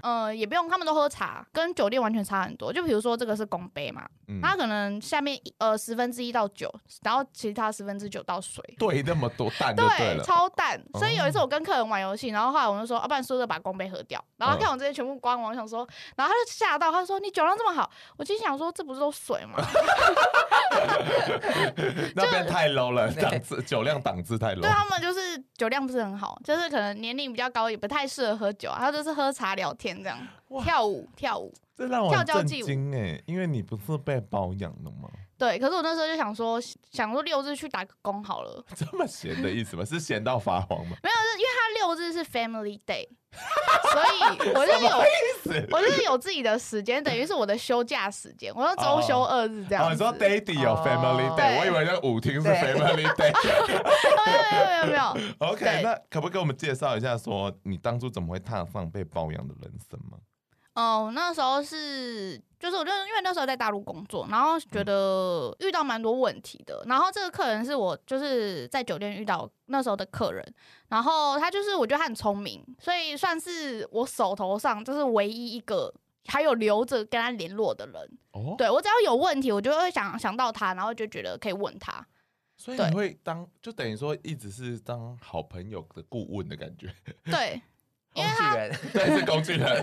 [SPEAKER 2] 呃，也不用，他们都喝茶，跟酒店完全差很多。就比如说这个是公杯嘛，
[SPEAKER 1] 嗯，
[SPEAKER 2] 它可能下面一呃十分之一到九，然后其他十分之九到水，
[SPEAKER 1] 对那么多蛋就对
[SPEAKER 2] 对，
[SPEAKER 1] 了，哦
[SPEAKER 2] 超淡。所以有一次我跟客人玩游戏，然后后来我就说，要、啊不然说着把公杯喝掉。
[SPEAKER 1] 嗯
[SPEAKER 2] 然后他看我这些全部光完，我想说，然后他就吓到，他说你酒量这么好，我心想说这不是都 水吗？
[SPEAKER 1] 那边太 low 了，
[SPEAKER 3] 对
[SPEAKER 1] 档次酒量档次太
[SPEAKER 2] 对啊
[SPEAKER 1] low。
[SPEAKER 2] 他们就是酒量不是很好，就是可能年龄比较高，也不太适合喝酒啊，他就是喝茶聊天这样
[SPEAKER 1] 哇，
[SPEAKER 2] 跳舞跳舞。
[SPEAKER 1] 这让我很
[SPEAKER 2] 跳交
[SPEAKER 1] 震
[SPEAKER 2] 际舞
[SPEAKER 1] 惊哎，因为你不是被包养的吗？
[SPEAKER 2] 对，可是我那时候就想说，想说六日去打个工好了，
[SPEAKER 1] 这么闲的意思吗？是闲到发慌吗？
[SPEAKER 2] 没有，是因为他六日是 Family Day，所以我就有。
[SPEAKER 1] 是
[SPEAKER 2] 我就是有自己的时间，等于是我的休假时间，我要周休二日这样
[SPEAKER 1] 哦，
[SPEAKER 2] 子。
[SPEAKER 1] 你 说 Daddy 有
[SPEAKER 3] 哦
[SPEAKER 1] Family Day，
[SPEAKER 2] 对
[SPEAKER 1] 我以为那舞厅是
[SPEAKER 3] 对
[SPEAKER 1] Family Day。
[SPEAKER 2] 没有没有没有没有，
[SPEAKER 1] OK，
[SPEAKER 2] 对
[SPEAKER 1] 那可不可以给我们介绍一下，说你当初怎么会踏上被包养的人生吗？
[SPEAKER 2] 哦，那时候是就是我就因为那时候在大陆工作，然后觉得遇到蛮多问题的。然后这个客人是我就是在酒店遇到那时候的客人，然后他就是我觉得他很聪明，所以算是我手头上就是唯一一个。还有留着跟他联络的人，
[SPEAKER 1] 哦，
[SPEAKER 2] 对我只要有问题，我就会想想到他，然后就觉得可以问他。
[SPEAKER 1] 所以
[SPEAKER 2] 对
[SPEAKER 1] 你会当就等于说一直是当好朋友的顾问的感 觉，
[SPEAKER 2] 对，
[SPEAKER 3] 工具人，
[SPEAKER 1] 对，是工具人。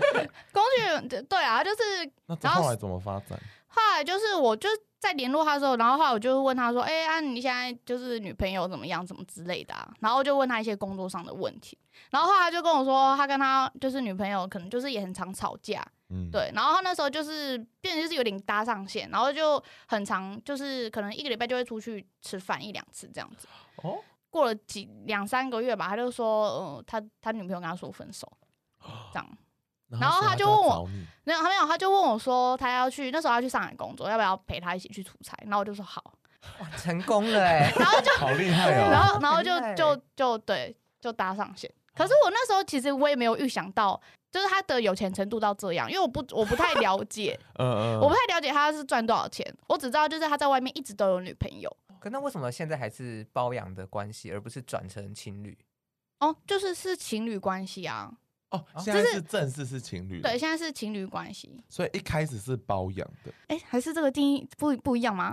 [SPEAKER 2] 工具人对对啊，就是
[SPEAKER 1] 那这
[SPEAKER 2] 然后
[SPEAKER 1] 后来怎么发展？
[SPEAKER 2] 后来就是我就在联络他的时候，然后后来我就问他说：“哎、啊，你现在就是女朋友怎么样，怎么之类的、啊？”然后就问他一些工作上的问题，然后后来他就跟我说，他跟他就是女朋友可能就是也很常吵架，
[SPEAKER 1] 嗯，，
[SPEAKER 2] 对，然后他那时候就是变成就是有点搭上线，然后就很常就是可能一个礼拜就会出去吃饭一两次这样子。
[SPEAKER 1] 哦，
[SPEAKER 2] 过了几两三个月吧，他就说，呃，他他女朋友跟他说分手，这样。然后
[SPEAKER 1] 所以
[SPEAKER 2] 他就
[SPEAKER 1] 要
[SPEAKER 2] 问我
[SPEAKER 1] 找你，
[SPEAKER 2] 没有，他没有，他就问我说，他要去那时候要去上海工作，要不要陪他一起去出差？然后我就说好，
[SPEAKER 3] 哇，成功了哎！
[SPEAKER 2] 然后就
[SPEAKER 1] 好厉害
[SPEAKER 2] 然
[SPEAKER 1] 哦！
[SPEAKER 2] 后然后就
[SPEAKER 3] 很厉害
[SPEAKER 2] 就就对，就搭上线。可是我那时候其实我也没有预想到，就是他的有钱程度到这样，因为我不我不太了解，
[SPEAKER 1] 嗯 嗯，
[SPEAKER 2] 我不太了解他是赚多少钱，我只知道就是他在外面一直都有女朋友。
[SPEAKER 3] 可那为什么现在还是包养的关系，而不是转成情侣？
[SPEAKER 2] 哦，就是是情侣关系啊，
[SPEAKER 1] 哦，
[SPEAKER 3] 哦
[SPEAKER 1] 现在是正式是情侣，
[SPEAKER 2] 对，，现在是情侣关系，
[SPEAKER 1] 所以一开始是包养的，
[SPEAKER 2] 哎、还是这个定义不不一样吗？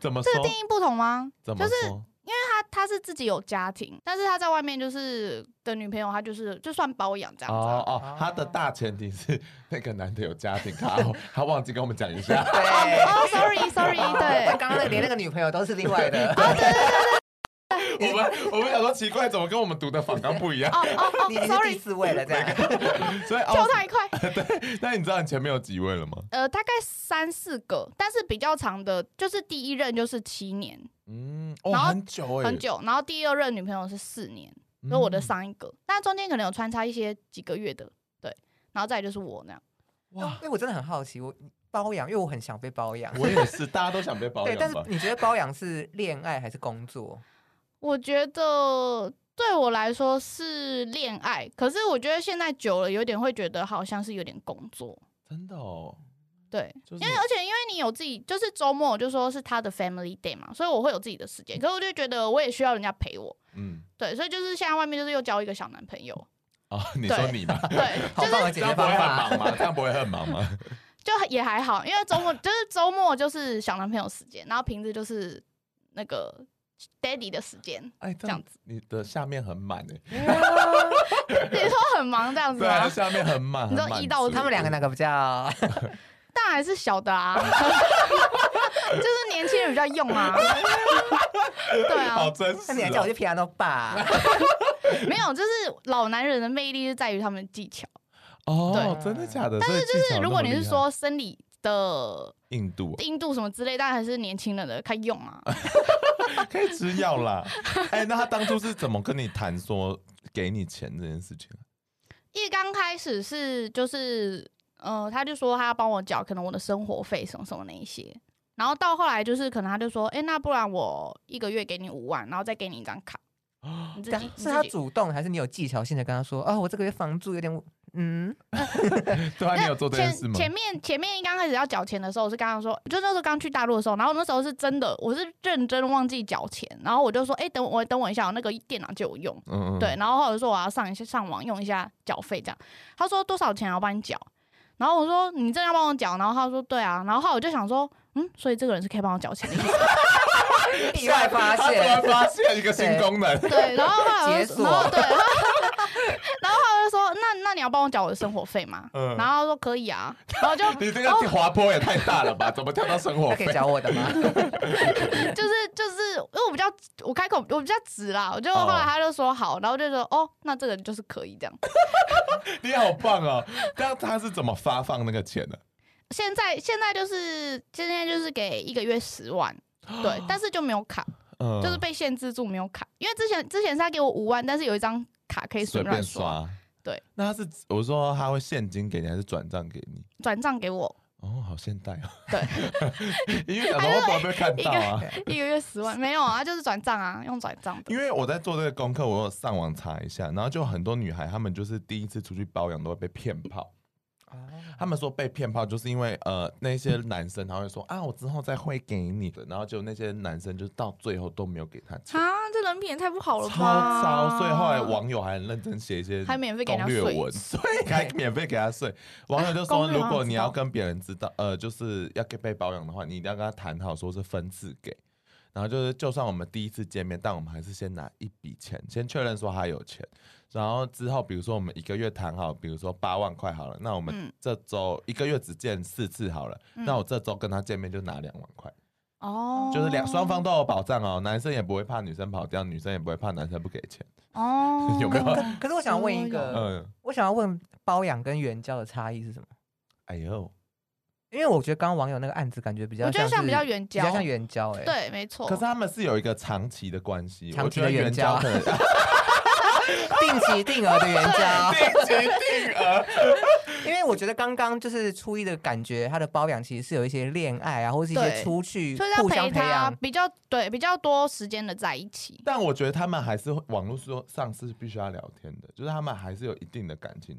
[SPEAKER 1] 怎么
[SPEAKER 2] 这个
[SPEAKER 1] 说
[SPEAKER 2] 定？义不同吗？
[SPEAKER 1] 怎么
[SPEAKER 2] 就是
[SPEAKER 1] 说？
[SPEAKER 2] 他他是自己有家庭，但是他在外面就是的女朋友，他就是就算包养这样子、啊
[SPEAKER 1] 哦。哦，他的大前提是那个男的有家庭，他他忘记跟我们讲一下。
[SPEAKER 3] 对
[SPEAKER 2] 哦，sorry，sorry，对 哦
[SPEAKER 3] 那，刚刚那个连那个女朋友都是另外的。
[SPEAKER 1] 我们我们想说奇怪，怎么跟我们读的仿纲不一 样？
[SPEAKER 2] 哦哦
[SPEAKER 3] 你已
[SPEAKER 2] 哦
[SPEAKER 3] 经是第
[SPEAKER 2] ，sorry，
[SPEAKER 3] 四位了，这 样。
[SPEAKER 1] 所以
[SPEAKER 2] 跳
[SPEAKER 1] 哦，
[SPEAKER 2] 太快。
[SPEAKER 1] 那你知道你前面有几位了吗？
[SPEAKER 2] 呃，大概三四个，但是比较长的，就是第一任就是七年，
[SPEAKER 1] 嗯，哦，
[SPEAKER 2] 然后
[SPEAKER 1] 很久哎，
[SPEAKER 2] 很久，然后第二任女朋友是四年，
[SPEAKER 1] 嗯，
[SPEAKER 2] 就我的上一个，但中间可能有穿插一些几个月的，对，然后再来就是我那样，
[SPEAKER 1] 哇
[SPEAKER 3] 因，为我真的很好奇，我包养，因为我很想被包养。
[SPEAKER 1] 我也是，大家都想被包
[SPEAKER 3] 对，但
[SPEAKER 1] 养
[SPEAKER 3] 是
[SPEAKER 1] 吧？
[SPEAKER 3] 你觉得包养是恋爱还是工作？
[SPEAKER 2] 我觉得对我来说是恋爱，可是我觉得现在久了有点会觉得好像是有点工作，
[SPEAKER 1] 真的哦，
[SPEAKER 2] 对，
[SPEAKER 1] 就是
[SPEAKER 2] 因为而且因为你有自己，就是周末我就说是他的 family day 嘛，所以我会有自己的时间，可是我就觉得我也需要人家陪我，
[SPEAKER 1] 嗯
[SPEAKER 2] 对，所以就是现在外面就是又交一个小男 朋友，
[SPEAKER 1] 哦，你说你吧，
[SPEAKER 2] 对，
[SPEAKER 3] 好棒的
[SPEAKER 1] 这
[SPEAKER 3] 解决
[SPEAKER 1] 样不会很
[SPEAKER 3] 方法。
[SPEAKER 1] 忙吗？这样不会很忙吗？
[SPEAKER 2] 就也还好，因为周末就是周末就是小男朋友时间，然后平时就是那个 daddy 的时间，
[SPEAKER 1] 哎，这
[SPEAKER 2] 这样
[SPEAKER 1] 样子，你的下面很满哎，
[SPEAKER 2] 你说很忙这样子
[SPEAKER 1] 对啊，
[SPEAKER 2] 吗？
[SPEAKER 1] 下面很满，
[SPEAKER 2] 你知道
[SPEAKER 1] 很满
[SPEAKER 2] 一到
[SPEAKER 1] 足哦
[SPEAKER 3] 他们两个哪个比 较？
[SPEAKER 2] 当然是小的啊， 就是年轻人比较用啊， 对
[SPEAKER 1] 好
[SPEAKER 2] 啊，
[SPEAKER 1] 真实
[SPEAKER 3] 那你还叫我
[SPEAKER 1] 哦，
[SPEAKER 3] 去 piano bar？
[SPEAKER 2] 没有，就是老男人的魅力是在于他们的技巧，
[SPEAKER 1] 哦
[SPEAKER 3] 对
[SPEAKER 1] 真的假的？但是
[SPEAKER 2] 就是如果你是说生理的
[SPEAKER 1] 印度哦，
[SPEAKER 2] 硬度什么之类，当然还是年轻人的看用 啊。
[SPEAKER 1] 可以吃药啦。哎、那他当初是怎么跟你谈说给你钱这件事情？
[SPEAKER 2] 一刚开始是就是，呃，他就说他要帮我缴可能我的生活费什么什么那一些，然后到后来就是可能他就说，哎、那不然我一个月给你五万，然后再给你一张卡，
[SPEAKER 1] 哦
[SPEAKER 2] 你啊自己你
[SPEAKER 3] 是他
[SPEAKER 2] 自己。
[SPEAKER 3] 主动还是你有技巧性的跟他说？哦，我这个月房租有点，嗯，
[SPEAKER 1] 对啊，你有做这件
[SPEAKER 2] 前
[SPEAKER 1] 事吗？
[SPEAKER 2] 前面前面一刚开始要缴钱的时候，我是刚刚说，就那时候刚去大陆的时候，然后那时候是真的，我是认真忘记缴钱，然后我就说，哎、等我等我一下，我那个电脑借我用，
[SPEAKER 1] 嗯嗯，
[SPEAKER 2] 对，，然后或者说我要上一下上网用一下缴费这样，他说多少钱啊我帮你缴，然后我说你真的要帮我缴，然后他说对啊，然后后来我就想说，嗯，所以这个人是可以帮我缴钱的意 思，
[SPEAKER 3] 意外发
[SPEAKER 1] 他突然
[SPEAKER 3] 现。
[SPEAKER 1] 发现一个新功能，
[SPEAKER 2] 对，然后后来我
[SPEAKER 3] 解
[SPEAKER 2] 就
[SPEAKER 3] 锁
[SPEAKER 2] 然后对， 然后然后他就说那那你要帮我缴我的生活费吗？
[SPEAKER 1] 嗯
[SPEAKER 2] 然后他说可以啊，然后就
[SPEAKER 1] 你这个滑坡也太大了 吧？怎么跳到生活
[SPEAKER 3] 他可
[SPEAKER 1] 费
[SPEAKER 3] 以？教我的 吗？
[SPEAKER 2] 就是就是因为我比较我开口我比较直啦，我就
[SPEAKER 1] 哦
[SPEAKER 2] 后来他就说好，然后就说哦，那这个就是可以这样。
[SPEAKER 1] 你好棒哦！那他是怎么发放那个钱的？
[SPEAKER 2] 现在现在就是现在就是给一个月十万， 对，但是就没有卡。
[SPEAKER 1] 嗯，
[SPEAKER 2] 就是被限制住没有卡，因为之前之前是他给我五万，但是有一张卡可以
[SPEAKER 1] 随
[SPEAKER 2] 随便
[SPEAKER 1] 便
[SPEAKER 2] 乱刷，
[SPEAKER 1] 刷。
[SPEAKER 2] 对，
[SPEAKER 1] 那他是我说他会现金给你，还是转账给你？
[SPEAKER 2] 转账 给我
[SPEAKER 1] 哦，好现代哦。
[SPEAKER 2] 对，
[SPEAKER 1] 因为想说会不会被看到啊？
[SPEAKER 2] 一个月十万，没有啊，就是转账啊，用转账的。
[SPEAKER 1] 因为我在做这个功课，我有上网查一下，然后就很多女孩她们就是第一次出去包养都会被骗炮。她们说被骗炮就是因为呃那些男生他会说啊我之后再汇给你的，然后就那些男生就到最后都没有给她钱，
[SPEAKER 2] 啊，这人品也太不好了吧！
[SPEAKER 1] 超糟。所以后来网友还很认真写一些
[SPEAKER 2] 还免费给人家
[SPEAKER 1] 攻略
[SPEAKER 2] 睡
[SPEAKER 1] 文，对，还免费给他睡。网友就说
[SPEAKER 2] 攻略
[SPEAKER 1] 如
[SPEAKER 2] 好像
[SPEAKER 1] 果你
[SPEAKER 2] 知道
[SPEAKER 1] 要跟别人知道呃就是要给被包养的话，你一定要跟他谈好说是分次给。然后就是，就算我们第一次见面，但我们还是先拿一笔钱，先确认说他有钱。然后之后，比如说我们一个月谈好，比如说八万块好了，那我们
[SPEAKER 2] 嗯
[SPEAKER 1] 这周一个月只见四次好了，
[SPEAKER 2] 嗯
[SPEAKER 1] 那我这周跟他见面就拿两万块，
[SPEAKER 2] 哦，
[SPEAKER 1] 就是两双方都有保障哦，男生也不会怕女生跑掉，女生也不会怕男生不给钱。，
[SPEAKER 2] 哦
[SPEAKER 1] 有没有
[SPEAKER 3] 可可是我想问一
[SPEAKER 2] 哦
[SPEAKER 3] 个，
[SPEAKER 1] 嗯，
[SPEAKER 3] 我想要问包养跟援交的差异是什么？
[SPEAKER 1] 哎呦，
[SPEAKER 3] 因为我觉得刚刚网友那个案子感觉比较
[SPEAKER 2] 我觉得
[SPEAKER 3] 像
[SPEAKER 2] 像
[SPEAKER 3] 是
[SPEAKER 2] 比较援交
[SPEAKER 3] 比较像援交哎、
[SPEAKER 2] 对，没错
[SPEAKER 1] 可。是他们是有一个长期的关系，我
[SPEAKER 3] 长
[SPEAKER 1] 觉
[SPEAKER 3] 期的
[SPEAKER 1] 得
[SPEAKER 3] 援
[SPEAKER 1] 援交
[SPEAKER 3] 交
[SPEAKER 1] 可能
[SPEAKER 3] 定期定额的援交。啊
[SPEAKER 1] 定期定额。
[SPEAKER 3] 因为我觉得刚刚就是初一的感觉，他的包养其实是有一些恋爱啊，或是一些
[SPEAKER 2] 对
[SPEAKER 3] 出去
[SPEAKER 2] 所以要
[SPEAKER 3] 互相
[SPEAKER 2] 陪
[SPEAKER 3] 培
[SPEAKER 2] 他
[SPEAKER 3] 养。
[SPEAKER 2] 比较对比较多时间的在一起，
[SPEAKER 1] 但我觉得他们还是会网络说上是必须要聊天的，就是他们还是有一定的感情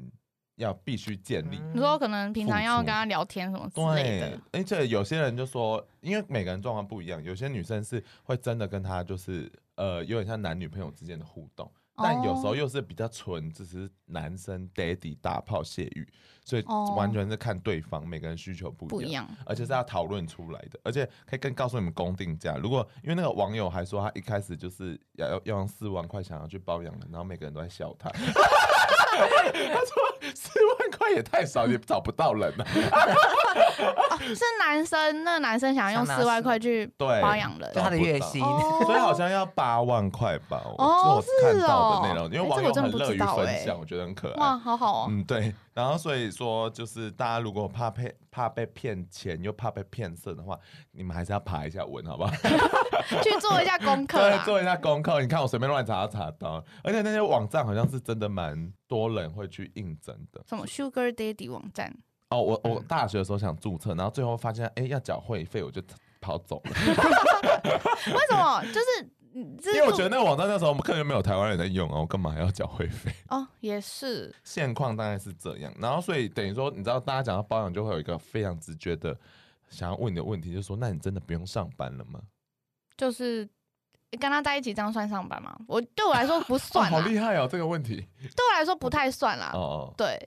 [SPEAKER 1] 要必须建立。
[SPEAKER 3] 嗯
[SPEAKER 2] 你说可能平常要
[SPEAKER 1] 付出
[SPEAKER 2] 跟他聊天什么之
[SPEAKER 1] 对
[SPEAKER 2] 类的，，
[SPEAKER 1] 而且有些人就说，因为每个人状况不一样，有些女生是会真的跟他就是呃，有点像男女朋友之间的互动，但有
[SPEAKER 3] 哦
[SPEAKER 1] 时候又是比较纯，只是男生 daddy 大炮泄欲，所以
[SPEAKER 2] 哦
[SPEAKER 1] 完全是看对方每个人需求不
[SPEAKER 2] 不
[SPEAKER 1] 一
[SPEAKER 2] 一
[SPEAKER 1] 样。
[SPEAKER 2] 样。
[SPEAKER 1] 而且是要讨论出来的，而且可以更告诉你们公定价。如果因为那个网友还说他一开始就是要要用四万块想要去包养人，然后每个人都在笑他。 他说四万块也太少，也找不到人了、啊
[SPEAKER 2] 哦是男生，那男生想要用
[SPEAKER 3] 想拿
[SPEAKER 2] 四万块去
[SPEAKER 1] 对
[SPEAKER 2] 包养人
[SPEAKER 3] 就，他的月薪，
[SPEAKER 2] 哦
[SPEAKER 1] 所以好像要八万块吧。我
[SPEAKER 2] 哦
[SPEAKER 1] 这我看到的
[SPEAKER 2] 是哦
[SPEAKER 1] 内容，因为
[SPEAKER 2] 哎
[SPEAKER 1] 网
[SPEAKER 2] 这
[SPEAKER 1] 友
[SPEAKER 2] 我真
[SPEAKER 1] 很
[SPEAKER 2] 不
[SPEAKER 1] 乐
[SPEAKER 2] 知
[SPEAKER 1] 于
[SPEAKER 2] 道
[SPEAKER 1] 分
[SPEAKER 2] 哎
[SPEAKER 1] 享，我觉得很可爱
[SPEAKER 2] 哇，。好好哦，
[SPEAKER 1] 嗯，对。然后所以说，就是大家如果怕被怕被骗钱，又怕被骗色的话，你们还是要爬一下文，好不好？
[SPEAKER 2] 去做一下功课
[SPEAKER 1] 对，
[SPEAKER 2] 啦。
[SPEAKER 1] 做一下功课。你看我随便乱查都查到，而且那些网站好像是真的蛮多人会去应征的。
[SPEAKER 2] 什么 Sugar Daddy 网站，
[SPEAKER 1] 哦，我
[SPEAKER 2] 嗯
[SPEAKER 1] 我大学的时候想注册，然后最后发现哎、要缴会费，我就跑走了，
[SPEAKER 2] 为 什么？就是嗯这
[SPEAKER 1] 因
[SPEAKER 2] 是
[SPEAKER 1] 为我觉得那个网站那时候我们根本就没有台湾人在用啊，我干嘛还要缴会费？
[SPEAKER 2] 哦，也是
[SPEAKER 1] 现况大概是这样，然后所以等于说，你知道大家讲到包养，就会有一个非常直觉的想要问你的问题，就是说，那你真的不用上班了吗？
[SPEAKER 2] 就是跟他在一起这样算上班吗？我对我来说不算
[SPEAKER 1] 哦
[SPEAKER 2] 啦，
[SPEAKER 1] 好厉害哦，这个问题。
[SPEAKER 2] 对我来说不太算啦。
[SPEAKER 1] 哦哦，
[SPEAKER 2] 对，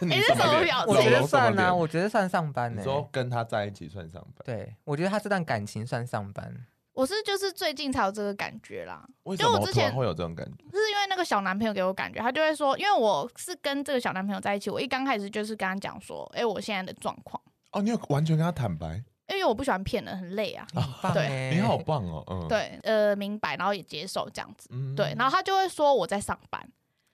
[SPEAKER 1] 你
[SPEAKER 2] 这什么
[SPEAKER 1] 脸
[SPEAKER 2] 表情
[SPEAKER 3] 我
[SPEAKER 1] 老
[SPEAKER 3] 觉得
[SPEAKER 1] 龙什么
[SPEAKER 3] 算啊，
[SPEAKER 1] 脸
[SPEAKER 3] 我觉得算上班
[SPEAKER 1] 你
[SPEAKER 3] 呢、
[SPEAKER 1] 说跟他在一起算上班？
[SPEAKER 3] 对，我觉得他这段感情算上班。
[SPEAKER 2] 我是就是最近才有这个感觉啦，
[SPEAKER 1] 为什
[SPEAKER 2] 就我
[SPEAKER 1] 么
[SPEAKER 2] 之
[SPEAKER 1] 突然
[SPEAKER 2] 前
[SPEAKER 1] 会有这种感觉？
[SPEAKER 2] 就是因为那个小男朋友给我感觉，他就会说，因为我是跟这个小男朋友在一起，我一刚开始就是跟他讲说，哎、我现在的状况，
[SPEAKER 1] 哦，你有完全跟他坦白，
[SPEAKER 2] 因为我不喜欢骗人，很累啊。
[SPEAKER 3] 你很棒
[SPEAKER 2] 对
[SPEAKER 3] 欸
[SPEAKER 1] 你好棒哦，嗯，，
[SPEAKER 2] 对，呃，明白，然后也接受这样子。
[SPEAKER 1] 嗯
[SPEAKER 2] 对，然后他就会说我在上班，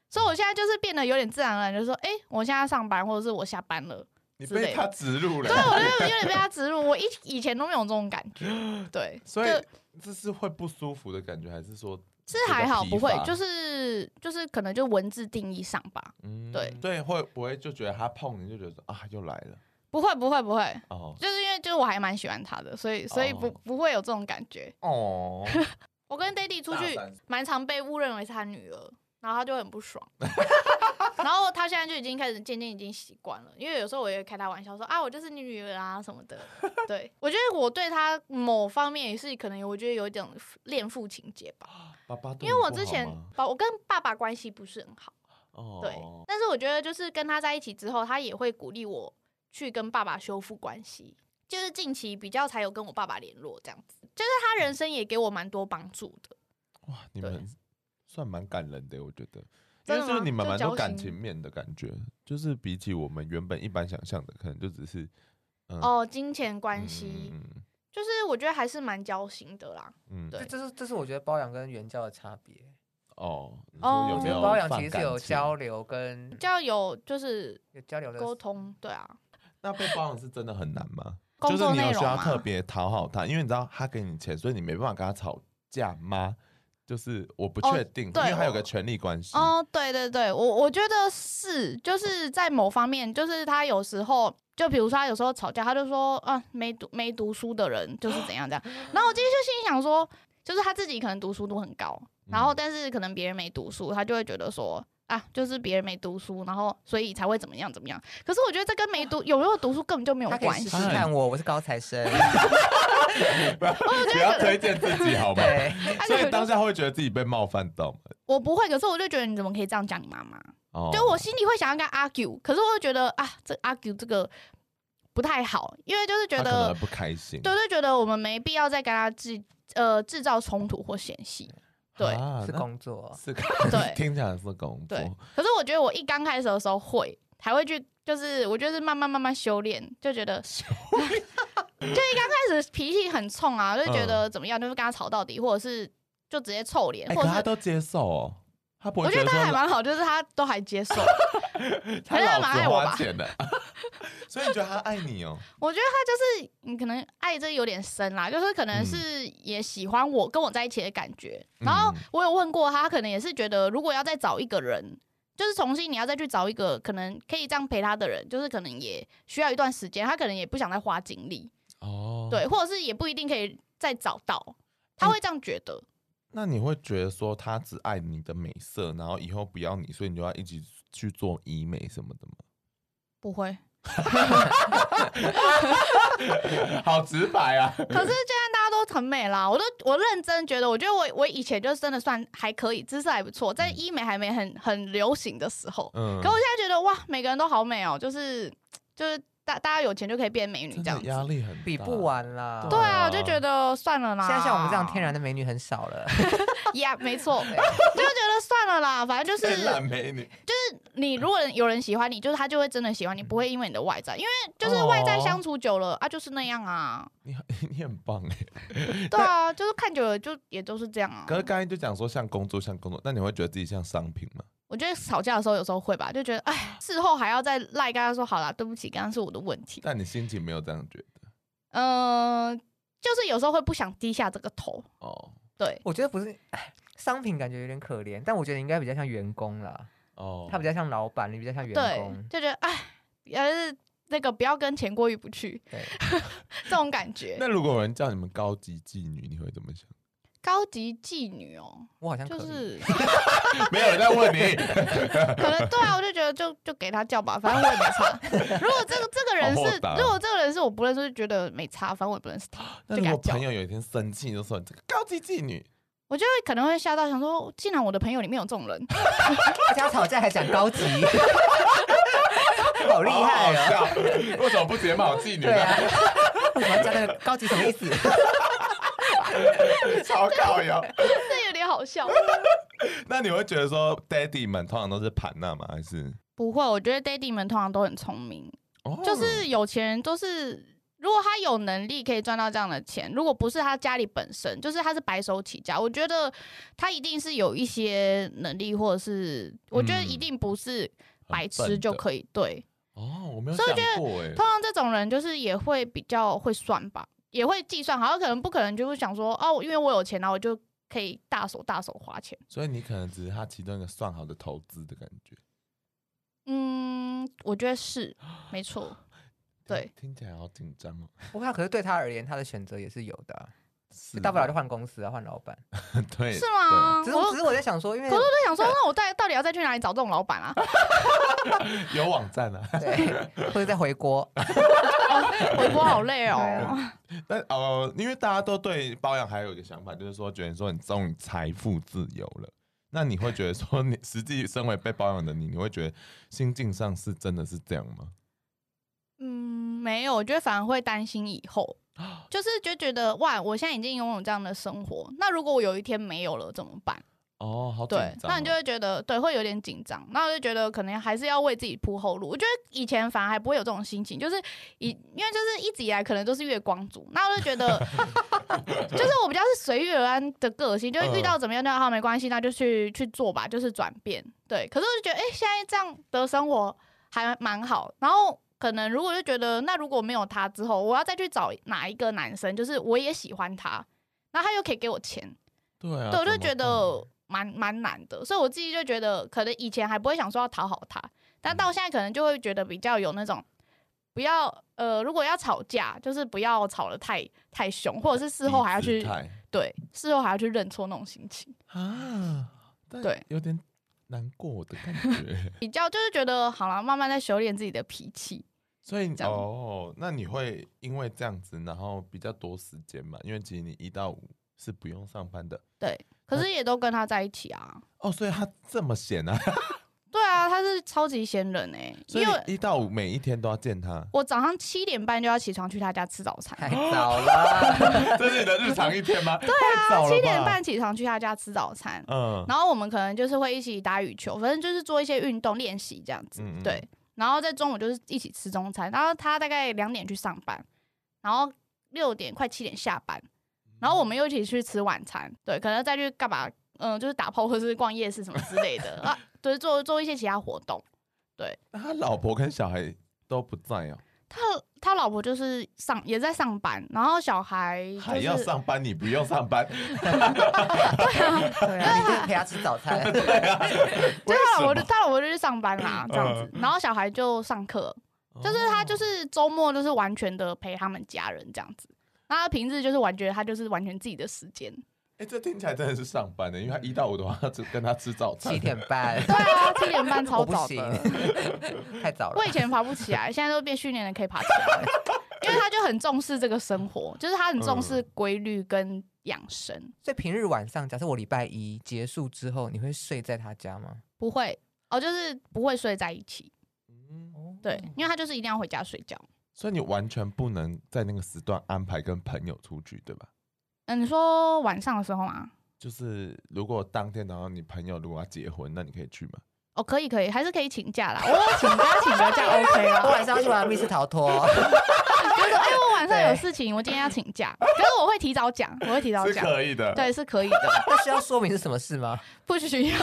[SPEAKER 2] 所以我现在就是变得有点自然而然，就说，哎、我现在上班，或者是我下班了。
[SPEAKER 1] 你
[SPEAKER 2] 之类
[SPEAKER 1] 被
[SPEAKER 2] 的
[SPEAKER 1] 他植入了
[SPEAKER 2] 对，，我就有点被他植入，我以以前都没有这种感觉。对，
[SPEAKER 1] 所以
[SPEAKER 2] 就
[SPEAKER 1] 这是会不舒服的感觉，还是说，
[SPEAKER 2] 是还好，
[SPEAKER 1] 觉得
[SPEAKER 2] 不
[SPEAKER 1] 疲
[SPEAKER 2] 会
[SPEAKER 1] 乏，
[SPEAKER 2] 就是就是可能就文字定义上吧，
[SPEAKER 1] 嗯，
[SPEAKER 2] 对
[SPEAKER 1] 对，会不会就觉得他碰你就觉得说啊又来了
[SPEAKER 2] 不会，不会，不会。
[SPEAKER 1] 哦
[SPEAKER 2] 就是因为就是我还蛮喜欢他的，所以所以不、
[SPEAKER 1] 哦
[SPEAKER 2] 不会有这种感觉。
[SPEAKER 1] 哦，
[SPEAKER 2] 我跟 Daddy 出去
[SPEAKER 1] 大三
[SPEAKER 2] 蛮常被误认为是他女儿，然后他就很不爽。 然后他现在就已经开始渐渐已经习惯了，因为有时候我也开他玩笑说啊，我就是你女儿啊什么的。对我觉得我对他某方面也是可能有我觉得有一点恋父情节吧，
[SPEAKER 1] 爸爸啊对
[SPEAKER 2] 因
[SPEAKER 1] 你
[SPEAKER 2] 为我
[SPEAKER 1] 不
[SPEAKER 2] 之
[SPEAKER 1] 好
[SPEAKER 2] 前
[SPEAKER 1] 吗
[SPEAKER 2] 把我跟爸爸关系不是很好，
[SPEAKER 1] 哦
[SPEAKER 2] 对，但是我觉得就是跟他在一起之后，他也会鼓励我去跟爸爸修复关系，就是近期比较才有跟我爸爸联络这样子，就是他人生也给我蛮多帮助的。
[SPEAKER 1] 哇，你
[SPEAKER 2] 对
[SPEAKER 1] 们算蛮感人的，我觉得。因
[SPEAKER 2] 真
[SPEAKER 1] 为
[SPEAKER 2] 的
[SPEAKER 1] 就是
[SPEAKER 2] 吗
[SPEAKER 1] 你们
[SPEAKER 2] 就
[SPEAKER 1] 蛮多
[SPEAKER 2] 交
[SPEAKER 1] 感
[SPEAKER 2] 心
[SPEAKER 1] 情面的感觉，就是比起我们原本一般想象的，可能就只是嗯
[SPEAKER 2] 哦，金钱关系，
[SPEAKER 1] 嗯嗯
[SPEAKER 2] 就是我觉得还是蛮交心的啦。
[SPEAKER 1] 嗯嗯
[SPEAKER 2] 对
[SPEAKER 3] 这这是这是我觉得包养跟援交的差别。
[SPEAKER 1] 哦，你
[SPEAKER 2] 哦
[SPEAKER 1] 说有
[SPEAKER 3] 我
[SPEAKER 1] 没
[SPEAKER 3] 觉得
[SPEAKER 1] 有
[SPEAKER 3] 包养
[SPEAKER 1] 放
[SPEAKER 3] 其实
[SPEAKER 1] 感
[SPEAKER 3] 是有
[SPEAKER 1] 情
[SPEAKER 3] 交流跟
[SPEAKER 2] 比较有就是
[SPEAKER 3] 有交流的
[SPEAKER 2] 沟通，对啊，
[SPEAKER 1] 那被包养是真的很难吗？
[SPEAKER 2] 工
[SPEAKER 1] 就是
[SPEAKER 2] 作
[SPEAKER 1] 你
[SPEAKER 2] 内
[SPEAKER 1] 有
[SPEAKER 2] 容
[SPEAKER 1] 需要特
[SPEAKER 2] 嘛。
[SPEAKER 1] 别讨好他，因为你知道他给你钱，所以你没办法跟他吵架吗？就是我不确定，
[SPEAKER 2] 哦对
[SPEAKER 1] 因为他有个
[SPEAKER 2] 我
[SPEAKER 1] 权利关系。
[SPEAKER 2] 哦，对对对，我我觉得是，就是在某方面，就是他有时候，就比如说他有时候吵架，他就说啊，没读没读书的人就是怎 样怎样。然后我今天就心里想说，就是他自己可能读书度很高，
[SPEAKER 1] 嗯
[SPEAKER 2] 然后哦但是可能别人没读书，他就会觉得说啊，就是别人没读书，然后所以才会怎么样怎么样。可是我觉得这跟没读有没有读书根本就没有
[SPEAKER 3] 他可以
[SPEAKER 2] 关
[SPEAKER 3] 试
[SPEAKER 2] 系。
[SPEAKER 1] 啊
[SPEAKER 3] 试看我，我是高材生，
[SPEAKER 1] 不要推荐自己好吗？
[SPEAKER 3] 对，
[SPEAKER 2] 他
[SPEAKER 1] 所以
[SPEAKER 2] 就
[SPEAKER 1] 当下会觉得自己被冒犯到吗？
[SPEAKER 2] 我不会，可是我就觉得你怎么可以这样讲你妈妈？
[SPEAKER 1] 哦，
[SPEAKER 2] 就我心里会想要跟他 argue，可是我又觉得啊，这 argue 这个不太好，因为就是觉
[SPEAKER 1] 他可能会
[SPEAKER 2] 得，
[SPEAKER 1] 不开心。
[SPEAKER 2] 对，就觉得我们没必要再跟他计呃制造冲突或嫌隙。对
[SPEAKER 1] 啊
[SPEAKER 3] 是
[SPEAKER 1] 那
[SPEAKER 3] 工作，
[SPEAKER 1] 是
[SPEAKER 2] 对
[SPEAKER 1] 听起来是工
[SPEAKER 2] 对
[SPEAKER 1] 作，，
[SPEAKER 2] 可是我觉得我一刚开始的时候会，还会去，就是我就是慢慢慢慢修炼，就觉得 就一刚开始脾气很冲啊，就觉得怎么样，就是跟他吵到底，或者是就直接臭脸，
[SPEAKER 1] 哎，
[SPEAKER 2] 或
[SPEAKER 1] 可
[SPEAKER 2] 者
[SPEAKER 1] 他
[SPEAKER 2] 是
[SPEAKER 1] 都接受哦，他不
[SPEAKER 2] 我
[SPEAKER 1] 会
[SPEAKER 2] 觉得他还
[SPEAKER 1] 说
[SPEAKER 2] 蛮好，就是他都还接受。
[SPEAKER 1] 他
[SPEAKER 2] 他还
[SPEAKER 1] 老
[SPEAKER 2] 蛮
[SPEAKER 1] 子
[SPEAKER 2] 爱我
[SPEAKER 1] 花
[SPEAKER 2] 吧
[SPEAKER 1] 钱的， 所以你觉得他爱你哦？
[SPEAKER 2] 我觉得他就是你可能爱这有点深啦，就是可能是也喜欢我跟我在一起的感觉。
[SPEAKER 1] 嗯
[SPEAKER 2] 然后我有问过他，他可能也是觉得如果要再找一个人，就是重新你要再去找一个可能可以这样陪他的人，就是可能也需要一段时间，他可能也不想再花精力，
[SPEAKER 1] 哦，
[SPEAKER 2] 对，或者是也不一定可以再找到，他会这样觉得。
[SPEAKER 1] 那你会觉得说他只爱你的美色，然后以后不要你，所以你就要一起去做医美什么的吗？
[SPEAKER 2] 不会，
[SPEAKER 1] 好直白啊！
[SPEAKER 2] 可是现在大家都很美啦，我都我认真觉得，我觉得我我以前就真的算还可以，姿色还不错，在医美还没很很流行的时候，
[SPEAKER 1] 嗯
[SPEAKER 2] 可我现在觉得哇，每个人都好美哦，就是就是大大家有钱就可以变美女
[SPEAKER 1] 真
[SPEAKER 2] 这样
[SPEAKER 1] 的
[SPEAKER 2] 子。
[SPEAKER 1] 压力很
[SPEAKER 3] 比
[SPEAKER 1] 大
[SPEAKER 3] 不。完啦。
[SPEAKER 2] 对啊，
[SPEAKER 1] 对啊啊
[SPEAKER 2] 我就觉得算了啦。
[SPEAKER 3] 现在像我们这样 天然的美女很少了，
[SPEAKER 2] 呀没错，就觉得算了啦。反正 就
[SPEAKER 1] 哎
[SPEAKER 2] 是
[SPEAKER 1] 烂美女，
[SPEAKER 2] 你，如果有人喜欢你，就是他就会真的喜欢你，不会因为你的外在，因为就是外在
[SPEAKER 1] 哦
[SPEAKER 2] 相处久了、啊，就是那 样啊。
[SPEAKER 1] 你很你很棒哎！
[SPEAKER 2] 对啊，就是看久了就也都是这样啊。
[SPEAKER 1] 可是刚才就讲说像工作像工作，那你会觉得自己像商品吗？
[SPEAKER 2] 我觉得吵架的时候有时候会吧，就觉得哎，事后还要再赖跟他说好啦，对不起，刚刚是我的问题。
[SPEAKER 1] 但你心情没有这样觉得
[SPEAKER 2] 嗯、就是有时候会不想低下这个头，
[SPEAKER 1] 哦
[SPEAKER 2] 对。
[SPEAKER 3] 我觉得不是，哎商品感觉有点可怜，但我觉得你应该比较像员工啦，
[SPEAKER 1] 哦，
[SPEAKER 3] 他比较像老板，你比较像员
[SPEAKER 2] 对
[SPEAKER 3] 工，。
[SPEAKER 2] 就觉得哎，还是那个不要跟钱过意不去
[SPEAKER 3] 对，
[SPEAKER 2] 这种感觉。
[SPEAKER 1] 那如果有人叫你们高级妓女，你会怎么想？
[SPEAKER 2] 高级妓女哦，
[SPEAKER 3] 我好像可
[SPEAKER 2] 就
[SPEAKER 3] 以。
[SPEAKER 2] 是
[SPEAKER 1] 没有人在问你，
[SPEAKER 2] 可能对啊，我就觉得就就给他叫吧，反正我也没差。 如果这个这个人
[SPEAKER 1] 好
[SPEAKER 2] 是
[SPEAKER 1] 豁，达
[SPEAKER 2] 如果这个人是我不认识，就觉得没差，反正我也不认识他，
[SPEAKER 1] 那
[SPEAKER 2] 就
[SPEAKER 1] 如
[SPEAKER 2] 给他
[SPEAKER 1] 果
[SPEAKER 2] 叫
[SPEAKER 1] 朋。友有一天生气，就说你这个高级妓女，
[SPEAKER 2] 我就会可能会吓到，想说，竟然我的朋友里面有这种人，
[SPEAKER 3] 而且他吵架还讲 高级，好厉
[SPEAKER 1] 好
[SPEAKER 3] 害
[SPEAKER 1] 好
[SPEAKER 3] 哦！
[SPEAKER 1] 笑，为什么不直接骂我妓女
[SPEAKER 3] 对
[SPEAKER 1] 呢？
[SPEAKER 3] 啊，为什么要加那个高级什么意思？
[SPEAKER 1] 超高哟。
[SPEAKER 2] 这有点好笑。
[SPEAKER 1] 那你会觉得说，daddy 们通常都是盘娜吗？还是
[SPEAKER 2] 不会，我觉得 daddy 们通常都很聪明，
[SPEAKER 1] 哦
[SPEAKER 2] 就是有钱人都是，如果他有能力可以赚到这样的钱，如果不是他家里本身，就是他是白手起家，我觉得他一定是有一些能力，或者是我觉得一定不是白痴就
[SPEAKER 1] 以
[SPEAKER 2] 可以。对，
[SPEAKER 1] 哦？我没有
[SPEAKER 2] 所以
[SPEAKER 1] 想
[SPEAKER 2] 我觉得
[SPEAKER 1] 过哎、
[SPEAKER 2] 通常这种人就是也会比较会算吧，也会计算，好像可能不可能就会想说，哦，因为我有钱，然后我就可以大手大手花钱。
[SPEAKER 1] 所以你可能只是他其中一个算好的投资的感觉。
[SPEAKER 2] 嗯，我觉得是没错，对
[SPEAKER 1] 听，听起来好紧张哦。
[SPEAKER 3] 不过他可是对他而言，他的选择也是有的啊、
[SPEAKER 1] 是
[SPEAKER 3] 大不了就换公司啊，换老板。
[SPEAKER 1] 哎对，
[SPEAKER 2] 是啊吗？
[SPEAKER 3] 只是
[SPEAKER 2] 我
[SPEAKER 3] 只是我在想说，因为
[SPEAKER 2] 哦可是我在想说，那我到到底要再去哪里找这种老板啊？
[SPEAKER 1] 对？有网站啊。
[SPEAKER 3] 对，或者再回国，
[SPEAKER 2] 回国好累哦。
[SPEAKER 3] 对
[SPEAKER 1] 但呃，因为大家都对包养还有一个想法，就是说觉得说你终于财富自由了。那你会觉得说你 实际身为被包养的你，你会觉得心境上是真的是这样吗？
[SPEAKER 2] 嗯，没有，我觉得反而会担心以 后，就是就觉得哇，我现在已经拥有这样的生活，那如果我有一天没有了怎么办？
[SPEAKER 1] 哦，好紧
[SPEAKER 2] 对，
[SPEAKER 1] 张、哦。
[SPEAKER 2] 那你就会觉得对，会有点紧张，那我就觉得可能还是要为自己铺后路。我觉得以前反而还不会有这种心情，就是以因为就是一直以来可能都是月光族，那我就 觉得就是我比较是随遇而安的个性，
[SPEAKER 1] 嗯
[SPEAKER 2] 就是遇到怎么样的好没关系，那就去去做吧，就是转变。对，可是我就觉得哎、诶现在这样的生活还蛮好，然后。可能如果就觉得那如果没有他之后，我要再去找哪一个男生，就是我也喜欢他，然后他又可以给我钱，
[SPEAKER 1] 对啊，
[SPEAKER 2] 对，
[SPEAKER 1] 怎
[SPEAKER 2] 我就
[SPEAKER 1] 么
[SPEAKER 2] 觉
[SPEAKER 1] 办
[SPEAKER 2] 得蛮蛮难的，所以我自己就觉得，可能以前还不会想说要讨好他，但
[SPEAKER 1] 嗯
[SPEAKER 2] 到现在可能就会觉得比较有那种，不要呃，如果要吵架，就是不要吵得太太凶，或者是事后还要
[SPEAKER 1] 低姿
[SPEAKER 2] 去
[SPEAKER 1] 态
[SPEAKER 2] 对，事后还要去认错那种心情，
[SPEAKER 1] 啊，但
[SPEAKER 2] 对
[SPEAKER 1] 有点难过的感觉。
[SPEAKER 2] 比较就是觉得好了，慢慢在修炼自己的脾气。
[SPEAKER 1] 所以
[SPEAKER 2] 这样
[SPEAKER 1] 哦，那你会因为这样子，然后比较多时间嘛？因为其实你一到五是不用上班的
[SPEAKER 2] 可是也都跟他在一起啊，
[SPEAKER 1] 哦，所以他这么闲啊？
[SPEAKER 2] 对啊，他是是超级闲人哎、
[SPEAKER 1] 所以
[SPEAKER 2] 因为，
[SPEAKER 1] 你一到五每一天都要见他
[SPEAKER 2] 我早上七点半就要起床去他家吃早餐。
[SPEAKER 3] 太早 了，
[SPEAKER 1] 这是你的日常一天吗？对
[SPEAKER 2] 对啊，七点半，起床去他家吃早餐，
[SPEAKER 1] 嗯
[SPEAKER 2] 然后我们可能就是会一起打羽球，反正就是做一些运动练习这样子。
[SPEAKER 1] 嗯嗯
[SPEAKER 2] 对，然后在中午就是一起吃中餐，然后他大概两点去上班，然后六点快七点下班，
[SPEAKER 1] 嗯
[SPEAKER 2] 然后我们又一起去吃晚餐，对，可能再去干嘛，嗯、就是打炮或 是逛夜市什么之 类的啊，对，做做一些其他活动。
[SPEAKER 1] 那他老婆跟小孩都不在哦，
[SPEAKER 2] 他他老婆就是上也在上班，然后小孩、就是、
[SPEAKER 1] 还要上班，你不用上班，
[SPEAKER 3] 对啊，你就陪他吃 早餐，
[SPEAKER 2] 对他老
[SPEAKER 1] 为什么
[SPEAKER 2] 婆就
[SPEAKER 1] 嗯
[SPEAKER 2] 他老婆就去上班啦，这样子，然后小孩就上课，
[SPEAKER 3] 哦
[SPEAKER 2] 就是他
[SPEAKER 1] 哦
[SPEAKER 2] 就是周末就是完全的陪他们家人这样子。那他平日就是完全他就是完全自己的时间，
[SPEAKER 1] 哎、这听起来真的是上班的，因为他一到五的话，只跟他吃早餐。
[SPEAKER 3] 七点半，
[SPEAKER 2] 对啊，七 点半超
[SPEAKER 3] 我不
[SPEAKER 2] 早
[SPEAKER 3] 行
[SPEAKER 2] 的。，
[SPEAKER 3] 太早了
[SPEAKER 2] 我以。前爬不起来，现在都变训练人可以爬起来了，因为他就很重视这个生活，就是他很重视
[SPEAKER 3] 嗯
[SPEAKER 2] 规律跟养生，
[SPEAKER 3] 所以平日晚上，假设我礼拜一结束之后，你会睡在他家吗？
[SPEAKER 2] 不会哦，就是不会睡在一起，
[SPEAKER 1] 嗯
[SPEAKER 3] 哦，
[SPEAKER 2] 对，因为他就是一定要回家睡觉。
[SPEAKER 1] 所以你完全不能在那个时段安排跟朋友出去，对吧？
[SPEAKER 2] 嗯，你说晚上的时候吗？
[SPEAKER 1] 就是如果当天，然后你朋友如果要结婚，那你可以去吗？
[SPEAKER 2] 哦，可以可以，还是可以请假啦。我有哦请假请个 假 OK 啊
[SPEAKER 3] 我
[SPEAKER 2] 啦。
[SPEAKER 3] 晚上要去玩密室逃 脱，
[SPEAKER 2] 就是说，哎，我晚上有
[SPEAKER 3] 对
[SPEAKER 2] 事情，我今天要请假，可是我会提早讲，我会提早
[SPEAKER 1] 是
[SPEAKER 2] 讲，
[SPEAKER 1] 可以的，，
[SPEAKER 2] 对，是可以的，
[SPEAKER 3] 那需要说明是什么事吗？
[SPEAKER 2] 不需 要。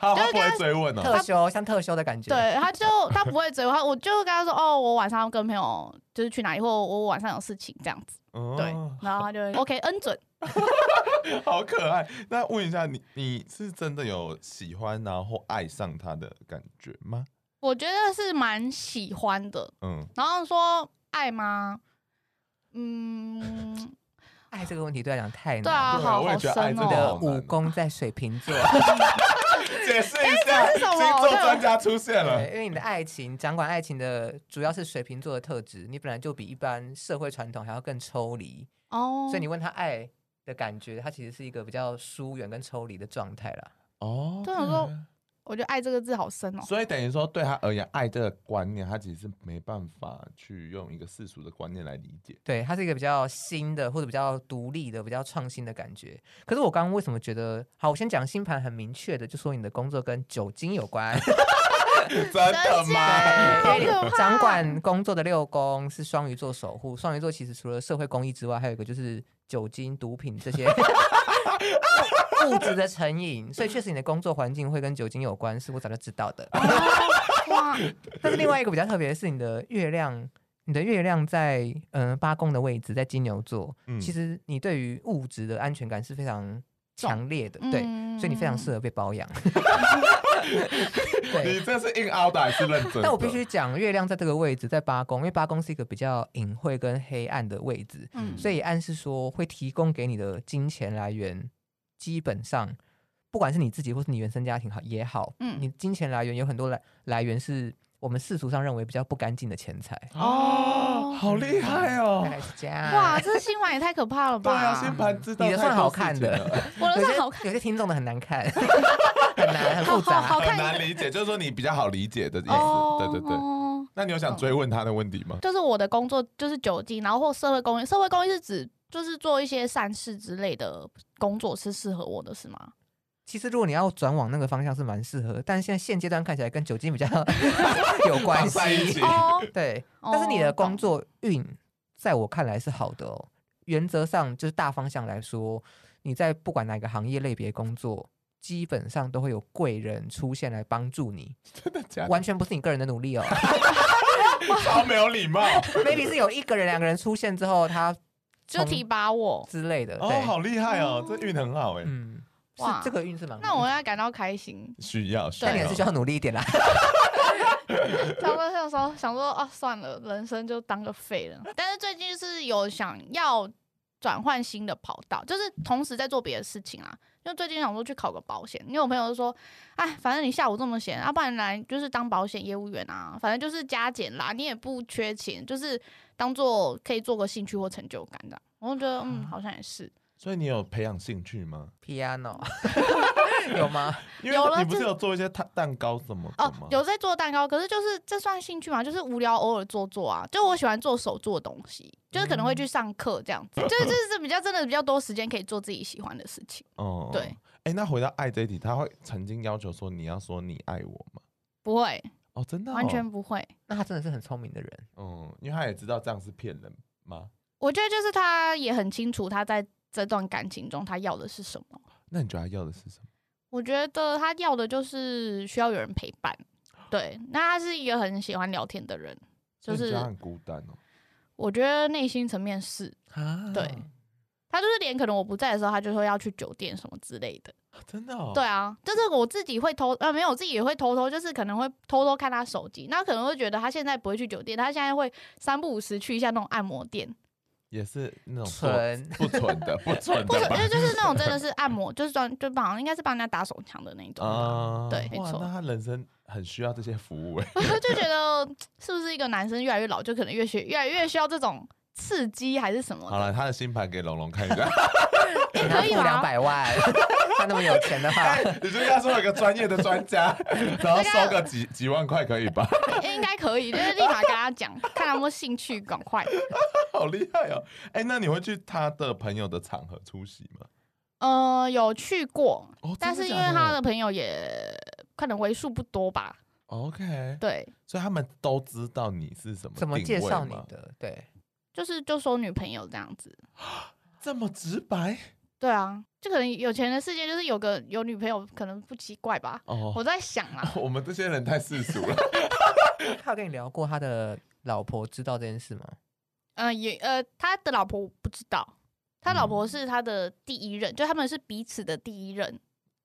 [SPEAKER 1] 好，
[SPEAKER 2] 就
[SPEAKER 1] 他不
[SPEAKER 2] 是跟
[SPEAKER 1] 会
[SPEAKER 2] 他
[SPEAKER 1] 追问哦。
[SPEAKER 3] 特休，像特休的感
[SPEAKER 2] 嗯
[SPEAKER 3] 觉。，
[SPEAKER 2] 对，他就他不会追我，他我就跟他说，哦，我晚上要跟朋友就是去哪里，或我晚上有事情这样子，
[SPEAKER 1] 嗯
[SPEAKER 2] 对，然后他就会 OK 恩准。
[SPEAKER 1] 好可爱。那问一下你，你是真的有喜欢然后爱上他的感觉吗？
[SPEAKER 2] 我觉得是蛮喜欢的，
[SPEAKER 1] 嗯，
[SPEAKER 2] 然后说爱吗？嗯，
[SPEAKER 3] 爱哎这个问题对他来讲太难。
[SPEAKER 2] 对啊，
[SPEAKER 1] 对啊
[SPEAKER 2] 好
[SPEAKER 1] 我也
[SPEAKER 2] 好
[SPEAKER 1] 觉得
[SPEAKER 2] 深
[SPEAKER 1] 爱真
[SPEAKER 3] 你
[SPEAKER 1] 的
[SPEAKER 2] 哦
[SPEAKER 3] 的
[SPEAKER 1] 好。
[SPEAKER 3] 武功在水瓶 座，
[SPEAKER 1] 解释一下，
[SPEAKER 2] 哎这是什么
[SPEAKER 1] 星座专家出现了
[SPEAKER 3] 对，。因为你的爱情掌管爱情的主要是水瓶座的特质，你本来就比一般社会传统还要更抽离，
[SPEAKER 2] 哦，
[SPEAKER 3] 所以你问他爱的感觉，他其实是一个比较疏远跟抽离的状态啦。
[SPEAKER 1] 哦，
[SPEAKER 2] 对我说我觉得“爱”这个字好深哦。
[SPEAKER 1] 所以等于说，对他而言，爱这个观念，他其实是没办法去用一个世俗的观念来理解。
[SPEAKER 3] 对，它是一个比较新的或者比较独立的、比较创新的感觉。可是我刚刚为什么觉得好？我先讲星盘很明确的，就说你的工作跟酒精有关，
[SPEAKER 1] 真的吗？
[SPEAKER 2] 哎好
[SPEAKER 3] 对，因为
[SPEAKER 2] 可
[SPEAKER 3] 你
[SPEAKER 2] 怕
[SPEAKER 3] 掌管工作的六宫是双鱼座守护。双鱼座其实除了社会公益之外，还有一个就是酒精、毒品这些 物质的成瘾，所以确实你的工作环境会跟酒精有关，是我早就知道的。
[SPEAKER 2] 哇，
[SPEAKER 3] 但是另外一个比较特别的是你的月亮，你的月亮在嗯、呃八宫的位置，在金牛座。
[SPEAKER 1] 嗯
[SPEAKER 3] 其实你对于物质的安全感是非常强烈的，对，
[SPEAKER 2] 嗯
[SPEAKER 3] 所以你非常适合被包养。 对
[SPEAKER 1] 你，这是硬凹的还是认真的？
[SPEAKER 3] 但我必须讲，月亮在这个位置，在八宫，因为八宫是一个比较隐晦跟黑暗的位置，
[SPEAKER 2] 嗯
[SPEAKER 3] 所以暗示说会提供给你的金钱来源，基本上不管是你自己或是你原生家庭好也好，
[SPEAKER 2] 嗯
[SPEAKER 3] 你金钱来源有很多来来源是我们世俗上认为比较不干净的钱财，嗯
[SPEAKER 1] 哦，好厉害
[SPEAKER 3] 大
[SPEAKER 1] 哦！
[SPEAKER 3] 概是这样。
[SPEAKER 2] 哇，这新闻也太可怕了
[SPEAKER 1] 对
[SPEAKER 2] 吧！
[SPEAKER 1] 啊，星盘知道
[SPEAKER 3] 你的算
[SPEAKER 1] 太多
[SPEAKER 3] 好看的
[SPEAKER 1] 事情 了，
[SPEAKER 2] 我的
[SPEAKER 3] 有
[SPEAKER 2] 是
[SPEAKER 3] 些
[SPEAKER 2] 好看，
[SPEAKER 3] 有些听众的很 难看，很难，很
[SPEAKER 2] 好
[SPEAKER 3] 复
[SPEAKER 2] 好好
[SPEAKER 3] 杂。
[SPEAKER 1] 很
[SPEAKER 2] 看
[SPEAKER 1] 难理解，就是说你比较好理解的意思。
[SPEAKER 2] 哦，
[SPEAKER 1] 对对对。
[SPEAKER 2] 哦
[SPEAKER 1] 那你有想追问他的问题吗？
[SPEAKER 2] 就是我的工作就是酒精，然后或社会公益，社会公益是指就是做一些善事之类的工作是适合我的是吗？
[SPEAKER 3] 其实如果你要转往那个方向是蛮适合，但现在现阶段看起来跟酒精比较 有关
[SPEAKER 1] 放在一
[SPEAKER 3] 系
[SPEAKER 1] 起。
[SPEAKER 2] 哦，
[SPEAKER 3] 对，
[SPEAKER 2] 哦
[SPEAKER 3] 但是你的工
[SPEAKER 2] 懂
[SPEAKER 3] 作运，在我看来是好的哦。原则上就是大方向来说，你在不管哪个行业类别工作，基本上都会有贵人出现来帮助你，
[SPEAKER 1] 真的假的？
[SPEAKER 3] 完全不是你个人的 努力哦。
[SPEAKER 1] 超没有礼貌
[SPEAKER 3] maybe 是有一个人、两个人出现之后，他
[SPEAKER 2] 就提拔我，
[SPEAKER 3] 之类的。
[SPEAKER 1] 哦，
[SPEAKER 3] 对，
[SPEAKER 1] 好厉害哦，这运很好哎，
[SPEAKER 3] 嗯，是
[SPEAKER 2] 哇
[SPEAKER 3] 这个运是蛮
[SPEAKER 2] 那我要感到开心。
[SPEAKER 1] 需要需
[SPEAKER 3] 但你还
[SPEAKER 1] 要
[SPEAKER 3] 是需。要努力一 点啦。
[SPEAKER 2] 差不多那时候想说啊，算了，人生就当个废人。但是最近是有想要转换新的跑道，就是同时在做别的事情啊。就最近想说去考个保险，因为我朋友就说，哎，反正你下午这么闲，啊要、不然来就是当保险业务员啊，反正就是加减啦，你也不缺钱，就是当做可以做个兴趣或成就感这样。我就觉得嗯，好像也是，
[SPEAKER 1] 所以你有培养兴趣吗？
[SPEAKER 3] piano 有啊吗？
[SPEAKER 1] 因为
[SPEAKER 2] 有了
[SPEAKER 1] 你不是
[SPEAKER 2] 这
[SPEAKER 1] 有做一些蛋蛋糕什么的
[SPEAKER 2] 哦
[SPEAKER 1] 吗？，
[SPEAKER 2] 有在做蛋糕，可是就是这算兴趣嘛，就是无聊偶尔做做啊。就我喜欢做手做的东西，就是可能
[SPEAKER 1] 嗯
[SPEAKER 2] 会去上课这样子， 就是就是比较真的比较多时间可以做自己喜欢的事情。
[SPEAKER 1] 哦
[SPEAKER 2] 对。
[SPEAKER 1] 哎、那回到爱这一题，他会曾经要求说你要说你爱我吗？
[SPEAKER 2] 不会，
[SPEAKER 1] 哦，真的、
[SPEAKER 2] 完全。不会。
[SPEAKER 3] 那他真的是很聪明的人，
[SPEAKER 1] 嗯，因为他也知道这样是骗人吗？
[SPEAKER 2] 我觉得就是他也很清楚他在这段感情中他要的是什么。
[SPEAKER 1] 那你觉得他要的是什么？
[SPEAKER 2] 我觉得他要的就是需要有人陪伴。对，那他是一个很喜欢聊天的人，就
[SPEAKER 1] 所以你觉得他
[SPEAKER 2] 是
[SPEAKER 1] 很孤单哦。
[SPEAKER 2] 我觉得内心层面是
[SPEAKER 1] 啊
[SPEAKER 2] 对他就是连可能我不在的时候，他就会要去酒店什么之类的。
[SPEAKER 1] 真的、哦。
[SPEAKER 2] 对啊，就是我自己会偷，呃，没有，我自己也会偷偷，就是可能会偷偷看他手机，那可能会觉得他现在不会去酒店，他现在会三不五时去一下那种按摩店，
[SPEAKER 1] 也是那种做
[SPEAKER 3] 纯
[SPEAKER 1] 不纯的，不纯
[SPEAKER 2] 不是，
[SPEAKER 1] 的吧
[SPEAKER 2] 因？为呃就是那种真的是按摩，就是专就帮应该是帮人家打手枪的那种，
[SPEAKER 1] 啊
[SPEAKER 2] 嗯对没
[SPEAKER 1] 哇
[SPEAKER 2] 错
[SPEAKER 1] 那他人生很需要这些服务哎、
[SPEAKER 2] 我就觉得是不是一个男生越来越老，就可能越需越来越需要这种刺激还是什么
[SPEAKER 1] 好
[SPEAKER 2] 的？
[SPEAKER 1] 了，他的星盘给龙龙看一 下，
[SPEAKER 3] 给他
[SPEAKER 2] 可以啊
[SPEAKER 3] 付两
[SPEAKER 2] 吗
[SPEAKER 3] 百 万，他那么有钱的话，
[SPEAKER 1] 哎你就跟他说有个专业的专 家，然后收个几几万块可以吧？
[SPEAKER 2] 应该可以，就是立马跟他讲，看他有没有兴趣，赶快。
[SPEAKER 1] 好厉害哦！哎、那你会去他的朋友的场合出席吗？
[SPEAKER 2] 呃，有去过，
[SPEAKER 1] 哦，
[SPEAKER 2] 但是
[SPEAKER 1] 真
[SPEAKER 2] 因
[SPEAKER 1] 的
[SPEAKER 2] 为
[SPEAKER 1] 假
[SPEAKER 2] 他的朋友也可能为数不多吧，
[SPEAKER 1] OK，
[SPEAKER 2] 对，
[SPEAKER 1] 所以他们都知道你是什么
[SPEAKER 3] 怎么介
[SPEAKER 1] 定位
[SPEAKER 3] 绍你
[SPEAKER 1] 吗？
[SPEAKER 3] 的？对，
[SPEAKER 2] 就是就说女朋友这样子。
[SPEAKER 1] 这么直白
[SPEAKER 2] 对啊，就可能有钱人的世界就是有个有女朋友可能不奇怪吧，
[SPEAKER 1] 哦。
[SPEAKER 2] 我在想
[SPEAKER 1] ，
[SPEAKER 2] 啊
[SPEAKER 1] 我们这些人太世俗了，
[SPEAKER 3] 他有跟你聊过他的老婆知道这件事吗？
[SPEAKER 2] 呃也呃他的老婆我不知道，他老
[SPEAKER 1] 嗯
[SPEAKER 2] 婆是他的第一任，就他们是彼此的第一任，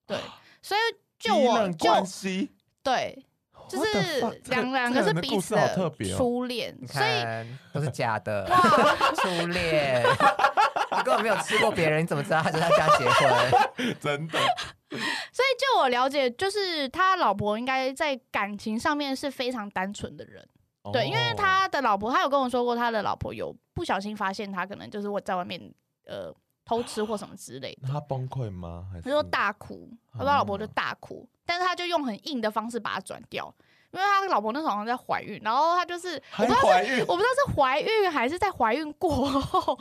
[SPEAKER 2] 对，所以 就
[SPEAKER 1] 啊第一
[SPEAKER 2] 我
[SPEAKER 1] 任
[SPEAKER 2] 就
[SPEAKER 1] 关系
[SPEAKER 2] 对，就
[SPEAKER 1] What the
[SPEAKER 2] 是
[SPEAKER 1] fuck，这个
[SPEAKER 2] 两两
[SPEAKER 1] 这
[SPEAKER 2] 个是
[SPEAKER 1] 人的
[SPEAKER 2] 彼
[SPEAKER 1] 故
[SPEAKER 2] 此
[SPEAKER 1] 事好特
[SPEAKER 2] 的
[SPEAKER 1] 别哦
[SPEAKER 2] 初恋
[SPEAKER 3] 你，
[SPEAKER 2] 所以
[SPEAKER 3] 看都是假的， 初恋，你根本没有吃过别人，你怎么知道他跟他家结婚？
[SPEAKER 1] 真的
[SPEAKER 2] 所以就我了解，就是他老婆应该在感情上面是非常单纯的人。
[SPEAKER 1] 哦
[SPEAKER 2] 对，因为他的老婆，他有跟我说过，他的老婆有不小心发现他可能就是我在外面呃偷吃或什么之类的，
[SPEAKER 1] 那他崩溃吗？还是哦
[SPEAKER 2] 他就大哭，他说他老婆就大哭，但是他就用很硬的方式把它转掉，因为他老婆那时候好像在怀孕，然后他就是我
[SPEAKER 1] 还
[SPEAKER 2] 不知道
[SPEAKER 1] 怀孕
[SPEAKER 2] 我不知道是怀孕还是在怀孕过后，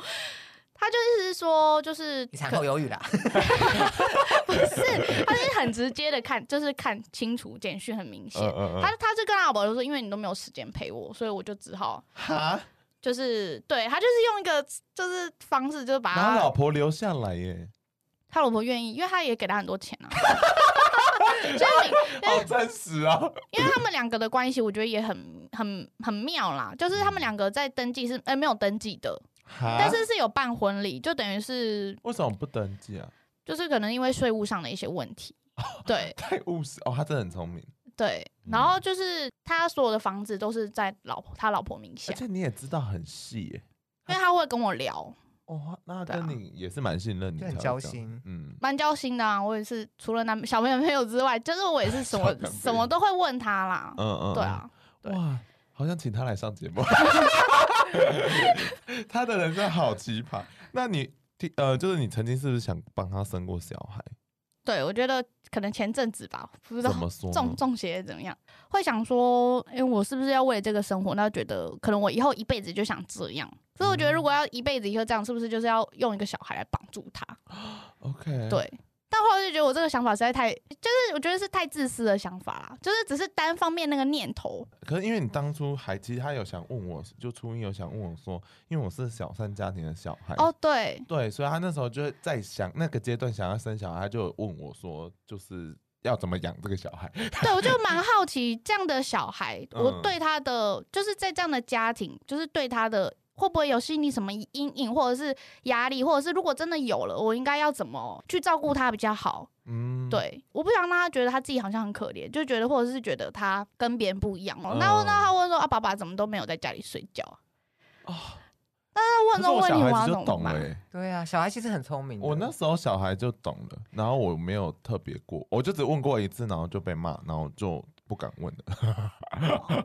[SPEAKER 2] 他就意思是说就是
[SPEAKER 3] 你产
[SPEAKER 2] 可
[SPEAKER 3] 后忧郁啦，
[SPEAKER 2] 不是，他是很直接的看，就是看清楚简讯很明显，
[SPEAKER 1] 嗯
[SPEAKER 2] 他他就跟他老婆就说，因为你都没有时间陪我，所以我就只好
[SPEAKER 1] 哈，
[SPEAKER 2] 就是对他就是用一个就是方式，就是把
[SPEAKER 1] 然后
[SPEAKER 2] 他
[SPEAKER 1] 老婆留下来耶，
[SPEAKER 2] 他老婆愿意，因为他也给他很多钱啊。 就是
[SPEAKER 1] 好真实啊！
[SPEAKER 2] 你，因为他们两个的关系，我觉得也很很很妙啦。就是
[SPEAKER 1] 嗯
[SPEAKER 2] 他们两个在登记是呃没有登记的，
[SPEAKER 1] 哈
[SPEAKER 2] 但是是有办婚礼，就等于是
[SPEAKER 1] 为什么不登记啊？
[SPEAKER 2] 就是可能因为税务上的一些问 题，对
[SPEAKER 1] 太务实哦，他真的很聪明，
[SPEAKER 2] 对。
[SPEAKER 1] 嗯
[SPEAKER 2] 然后就是他所有的房子都是在老婆他老婆名下
[SPEAKER 1] 而，且你也知道很细耶。
[SPEAKER 2] 因为他会跟我聊，
[SPEAKER 1] 哦，那
[SPEAKER 2] 对啊
[SPEAKER 1] 跟你也是蛮信任你，
[SPEAKER 3] 就很交心。
[SPEAKER 1] 嗯，
[SPEAKER 2] 蛮交心的啊。我也是除了男小朋友朋友之外，就是我也是什
[SPEAKER 1] 小
[SPEAKER 2] 么
[SPEAKER 1] 朋友
[SPEAKER 2] 什么都会问他啦。
[SPEAKER 1] 嗯嗯，
[SPEAKER 2] 对啊，
[SPEAKER 1] 嗯，
[SPEAKER 2] 对
[SPEAKER 1] 哇，好想请他来上节目， 他的人生好奇葩。那你第呃，就是你曾经是不是想帮他生过小孩？
[SPEAKER 2] 对，我觉得可能前阵子吧，不知道
[SPEAKER 1] 怎么说呢？
[SPEAKER 2] 中 中邪怎么样，会想说，哎、我是不是要为了这个生活？那觉得可能我以后一辈子就想这样。所以我觉
[SPEAKER 1] 嗯
[SPEAKER 2] 得，如果要一辈子以后这样，是不是就是要用一个小孩来绑住他？
[SPEAKER 1] OK，，
[SPEAKER 2] 对。但后来就觉得我这个想法实在太，就是我觉得是太自私的想法啦，就是只是单方面那个念头。
[SPEAKER 1] 可是因为你当初还其实他有想问我，就初一有想问我说，因为我是小三家庭的小孩
[SPEAKER 2] 哦，对，
[SPEAKER 1] 对，所以他那时候就是在想那个阶段想要生小孩，他就有问我说，就是要怎么养这个小孩。
[SPEAKER 2] 对，我就蛮好奇这样的小孩，
[SPEAKER 1] 嗯
[SPEAKER 2] 我对他的就是在这样的家庭，就是对他的会不会有心理什么阴影，或者是压力，或者是如果真的有了，我应该要怎么去照顾他比较好？
[SPEAKER 1] 嗯，，
[SPEAKER 2] 对，我不想让他觉得他自己好像很可怜，就觉得或者是觉得他跟别人不一样哦。那
[SPEAKER 1] 嗯
[SPEAKER 2] 那他问说啊，爸爸怎么都没有在家里睡觉啊？
[SPEAKER 1] 哦
[SPEAKER 2] 那问
[SPEAKER 1] 可是
[SPEAKER 2] 这种
[SPEAKER 1] 我
[SPEAKER 2] 问
[SPEAKER 1] 小
[SPEAKER 2] 题，我
[SPEAKER 1] 孩子
[SPEAKER 2] 要怎
[SPEAKER 1] 就
[SPEAKER 2] 么
[SPEAKER 1] 懂了、
[SPEAKER 2] 办？
[SPEAKER 1] 欸。
[SPEAKER 3] 对啊，小孩其实很聪明的。哦
[SPEAKER 1] 我那时候小孩就懂了，然后我没有特别过，我就只问过一次，然后就被骂，然后就不敢问了。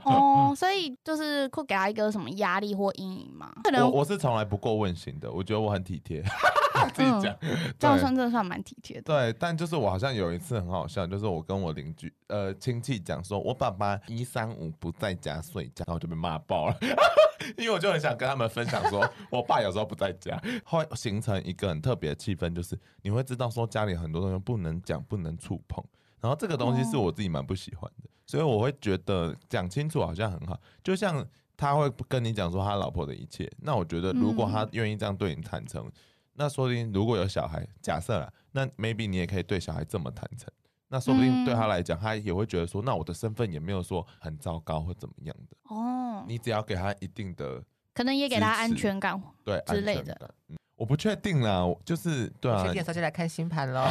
[SPEAKER 2] 哦，
[SPEAKER 1] 欸
[SPEAKER 2] 所以就是会给他一个什么压力或阴影嘛？可能
[SPEAKER 1] 我我是从来不过问型的，我觉得我很体贴。 自己讲，
[SPEAKER 2] 嗯这样
[SPEAKER 1] 对
[SPEAKER 2] 算真的算蛮体贴的。
[SPEAKER 1] 对，但就是我好像有一次很好笑，就是我跟我邻居呃亲戚讲说，我爸爸一三五不在家睡觉，然后我就被骂爆了。 因为我就很想跟他们分享说，我爸有时候不在家，会形成一个很特别的气氛，就是你会知道说家里很多东西不能讲、不能触碰，然后这个东西是我自己蛮不喜欢的，所以我会觉得讲清楚好像很好，就像他会跟你讲说他老婆的一切，那我觉得如果
[SPEAKER 2] 嗯
[SPEAKER 1] 他愿意这样对你坦诚，那说不定如果有小孩，假设啦，那 maybe 你也可以对小孩这么坦诚，那说不定对他来讲，他也会觉得说，那我的身份也没有说很糟糕或怎么样的，
[SPEAKER 2] 哦，
[SPEAKER 1] 你只要给他一定的
[SPEAKER 2] 可能也给他
[SPEAKER 1] 支持
[SPEAKER 2] 安全感。
[SPEAKER 1] 对
[SPEAKER 2] 之类
[SPEAKER 1] 安全
[SPEAKER 2] 的
[SPEAKER 1] 感嗯我不确定啦，我就是对啊
[SPEAKER 3] 确，定的时候就来看星 盘喽。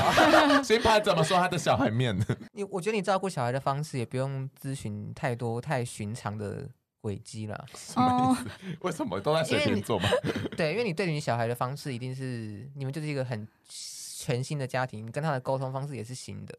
[SPEAKER 1] 谁怕怎么说他的小孩面呢？
[SPEAKER 3] 你我觉得你照顾小孩的方式也不用咨询太多太寻常的轨迹了，
[SPEAKER 1] 什么
[SPEAKER 2] 哦
[SPEAKER 1] 意，思？为什么都在随便做嘛？
[SPEAKER 3] 对，因为你对你小孩的方式一定是你们就是一个很全新的家庭，你跟他的沟通方式也是新的，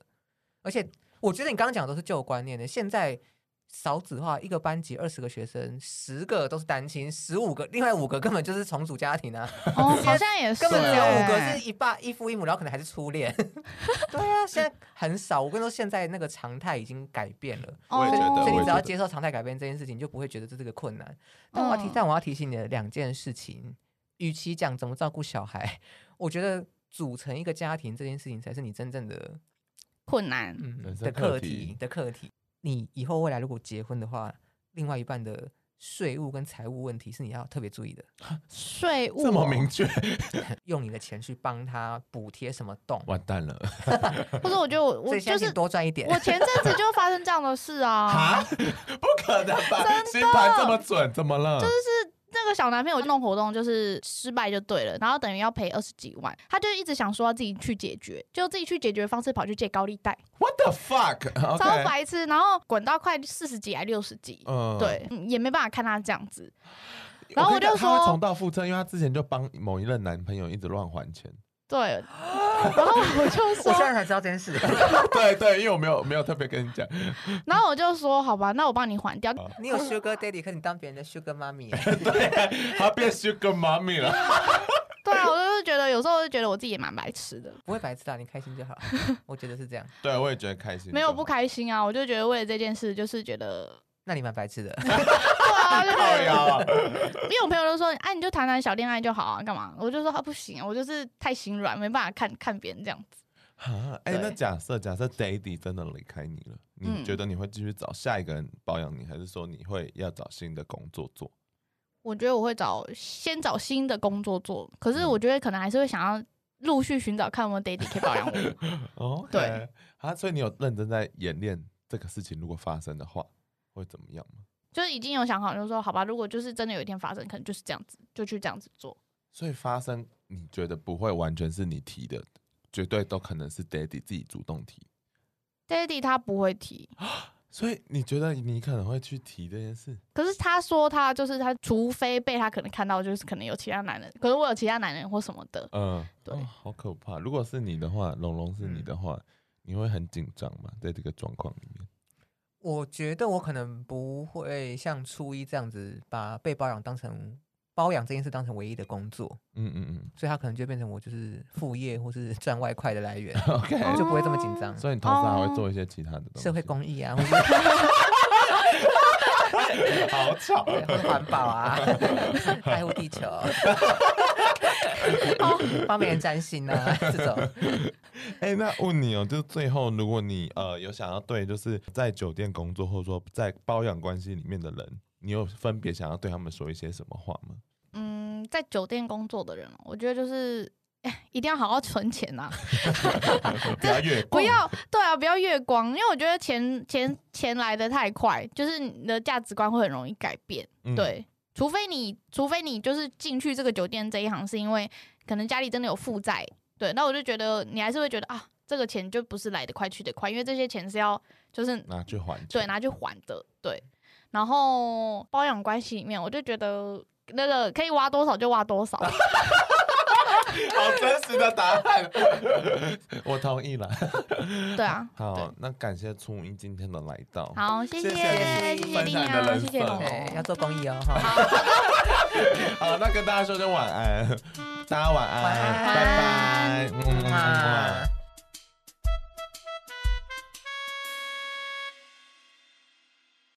[SPEAKER 3] 而且我觉得你刚刚讲的都是旧观念的，现在。少子化，一个班级二十个学生，十个都是单亲，十五个，另外五个根本就是重组家庭啊，
[SPEAKER 2] 哦，好像也是，
[SPEAKER 3] 根本只有五个
[SPEAKER 2] 哎
[SPEAKER 3] 是一爸一父一母，然后可能还是初恋。 对啊，现在很少。我跟你说，现在那个常态已经改变了。
[SPEAKER 1] 我也觉得
[SPEAKER 3] 所
[SPEAKER 1] 我
[SPEAKER 3] 以你
[SPEAKER 1] 也
[SPEAKER 3] 只
[SPEAKER 1] 觉
[SPEAKER 3] 要
[SPEAKER 1] 得
[SPEAKER 3] 接受常态改变这件事情，你就不会觉得这是个困难。但我要提
[SPEAKER 2] 嗯，
[SPEAKER 3] 但我要提醒你的两件事情，与其讲怎么照顾小孩， 我觉得组成一个家庭这件事情才是你真正的
[SPEAKER 2] 困难。
[SPEAKER 1] 人
[SPEAKER 3] 嗯
[SPEAKER 1] 生
[SPEAKER 3] 的
[SPEAKER 1] 课
[SPEAKER 3] 课
[SPEAKER 1] 题
[SPEAKER 3] 题的课题。你以后未来如果结婚的话，另外一半的税务跟财务问题是你要特别注意的，
[SPEAKER 2] 税务
[SPEAKER 1] 这么明确，
[SPEAKER 3] 用你的钱去帮他补贴什么洞。
[SPEAKER 1] 完蛋了！
[SPEAKER 2] 或者我觉得我
[SPEAKER 3] 所
[SPEAKER 2] 我
[SPEAKER 3] 以现在
[SPEAKER 2] 就
[SPEAKER 3] 请
[SPEAKER 2] 是
[SPEAKER 3] 多赚一点。
[SPEAKER 2] 我前阵子就发生这样的事 啊，
[SPEAKER 1] 啊，不可能吧？星盘这么准，怎么了？
[SPEAKER 2] 那个小男朋友弄活动就是失败就对了，然后等于要赔二十几万，他就一直想说要自己去解决，就自己去解决的方式跑去借高利贷，
[SPEAKER 1] What the fuck？
[SPEAKER 2] 超
[SPEAKER 1] OK，
[SPEAKER 2] 白痴，然后滚到快四十几还六十几，
[SPEAKER 1] 嗯，
[SPEAKER 2] 对，嗯也没办法看他这样子，然后我
[SPEAKER 1] 跟你讲
[SPEAKER 2] 就
[SPEAKER 1] 他会
[SPEAKER 2] 说
[SPEAKER 1] 重蹈覆辙，因为他之前就帮某一任男朋友一直乱还钱。
[SPEAKER 2] 对，然后我就
[SPEAKER 3] 我
[SPEAKER 2] 说
[SPEAKER 3] 现，在才知道这 件事。
[SPEAKER 1] 对对，因为我没有没有特别跟你讲，
[SPEAKER 2] 然后我就说好吧，那我帮你还掉，
[SPEAKER 3] 你有 Sugar Daddy，可你当别人的 Sugar Mommy 耶。
[SPEAKER 1] 他变 Sugar Mommy 了。
[SPEAKER 2] 对啊，我就是觉得有时候就觉得我自己也蛮白痴的，
[SPEAKER 3] 不会白痴啦，啊你开心就好。我觉得是这样。
[SPEAKER 1] 对，我也觉得开心。
[SPEAKER 2] 没有不开心啊，我就觉得为了这件事就是觉得。
[SPEAKER 3] 那你蛮白痴的。
[SPEAKER 2] 对啊，就觉
[SPEAKER 1] 靠
[SPEAKER 2] 得
[SPEAKER 1] 腰 啊。
[SPEAKER 2] 因为我朋友都说，哎、你就谈谈小恋爱就好啊，干嘛？我就说啊，不行，我就是太心软，没办法看看别人这样子。
[SPEAKER 1] 啊，哎、
[SPEAKER 2] 对
[SPEAKER 1] 那假设假设 Daddy 真的离开你了，你
[SPEAKER 2] 嗯
[SPEAKER 1] 觉得你会继续找下一个人保养你，还是说你会要找新的工作做？
[SPEAKER 2] 我觉得我会找先找新的工作做，可是我觉得可能还是会想要陆续寻找看有没有 daddy 可以保养我。
[SPEAKER 1] 哦，
[SPEAKER 2] 对
[SPEAKER 1] 哎啊，所以你有认真在演练这个事情，如果发生的话会怎么样吗？
[SPEAKER 2] 就是已经有想好，就是说好吧，如果就是真的有一天发生，可能就是这样子，就去这样子做。
[SPEAKER 1] 所以发生，你觉得不会完全是你提的，绝对都可能是 Daddy 自己主动提。
[SPEAKER 2] daddy 他不会提，
[SPEAKER 1] 所以你觉得你可能会去提这件事？
[SPEAKER 2] 可是他说他就是他，除非被他可能看到，就是可能有其他男人，可是我有其他男人或什么的，
[SPEAKER 1] 嗯、
[SPEAKER 2] 对
[SPEAKER 1] 哦好可怕。如果是你的话，龙龙是你的话，你会很紧张
[SPEAKER 2] 嗯
[SPEAKER 1] 吗？在这个状况里面，
[SPEAKER 3] 我觉得我可能不会像初一这样子，把被包养当成包养这件事当成唯一的工作，
[SPEAKER 1] 嗯嗯
[SPEAKER 3] 所以他可能就变成我就是副业或是赚外快的来源，
[SPEAKER 1] 嗯，OK。
[SPEAKER 2] 哦
[SPEAKER 3] 就不会这么紧张。
[SPEAKER 1] 所以你同时还会做一些其他的东西，
[SPEAKER 3] 社会公益 啊，或者
[SPEAKER 1] 好吵
[SPEAKER 3] 对或者环保啊， 爱护地 球，哦帮别人占星啊，这种。
[SPEAKER 1] 哎、那问你哦，就是最后，如果你呃有想要对，就是在酒店工作或者说在包养关系里面的人，你有分别想要对他们说一些什么话吗？
[SPEAKER 2] 嗯，在酒店工作的人哦，我觉得就是。哎一定要好好存钱 呐、
[SPEAKER 1] 不要越
[SPEAKER 2] 不要对啊，不要月光，因为我觉得钱钱钱来的太快，就是你的价值观会很容易改变。
[SPEAKER 1] 嗯，
[SPEAKER 2] 对，除非你除非你就是进去这个酒店这一行，是因为可能家里真的有负债，对，那我就觉得你还是会觉得啊，这个钱就不是来得快去得快，因为这些钱是要就是
[SPEAKER 1] 拿去还钱。
[SPEAKER 2] 对，拿去还的，对。然后包养关系里面，我就觉得那个可以挖多少就挖多少，
[SPEAKER 1] 好真实的答案， 我同意了。
[SPEAKER 2] 对啊。
[SPEAKER 1] 好，那感谢初一今天的来到。
[SPEAKER 2] 好，谢
[SPEAKER 1] 谢
[SPEAKER 2] 谢
[SPEAKER 1] 谢
[SPEAKER 2] 谢
[SPEAKER 1] 你
[SPEAKER 2] 谢
[SPEAKER 1] 分
[SPEAKER 2] 丽
[SPEAKER 1] 享你的
[SPEAKER 2] 娜，
[SPEAKER 1] 人
[SPEAKER 2] 谢谢
[SPEAKER 1] 生
[SPEAKER 2] 龙
[SPEAKER 1] 哦
[SPEAKER 3] 对，
[SPEAKER 2] 龙
[SPEAKER 3] 要。做公益哦，哈。
[SPEAKER 1] 好，那跟大家说声晚安。大家晚安，
[SPEAKER 3] 晚安
[SPEAKER 1] 拜拜，嗯嗯嗯嗯嗯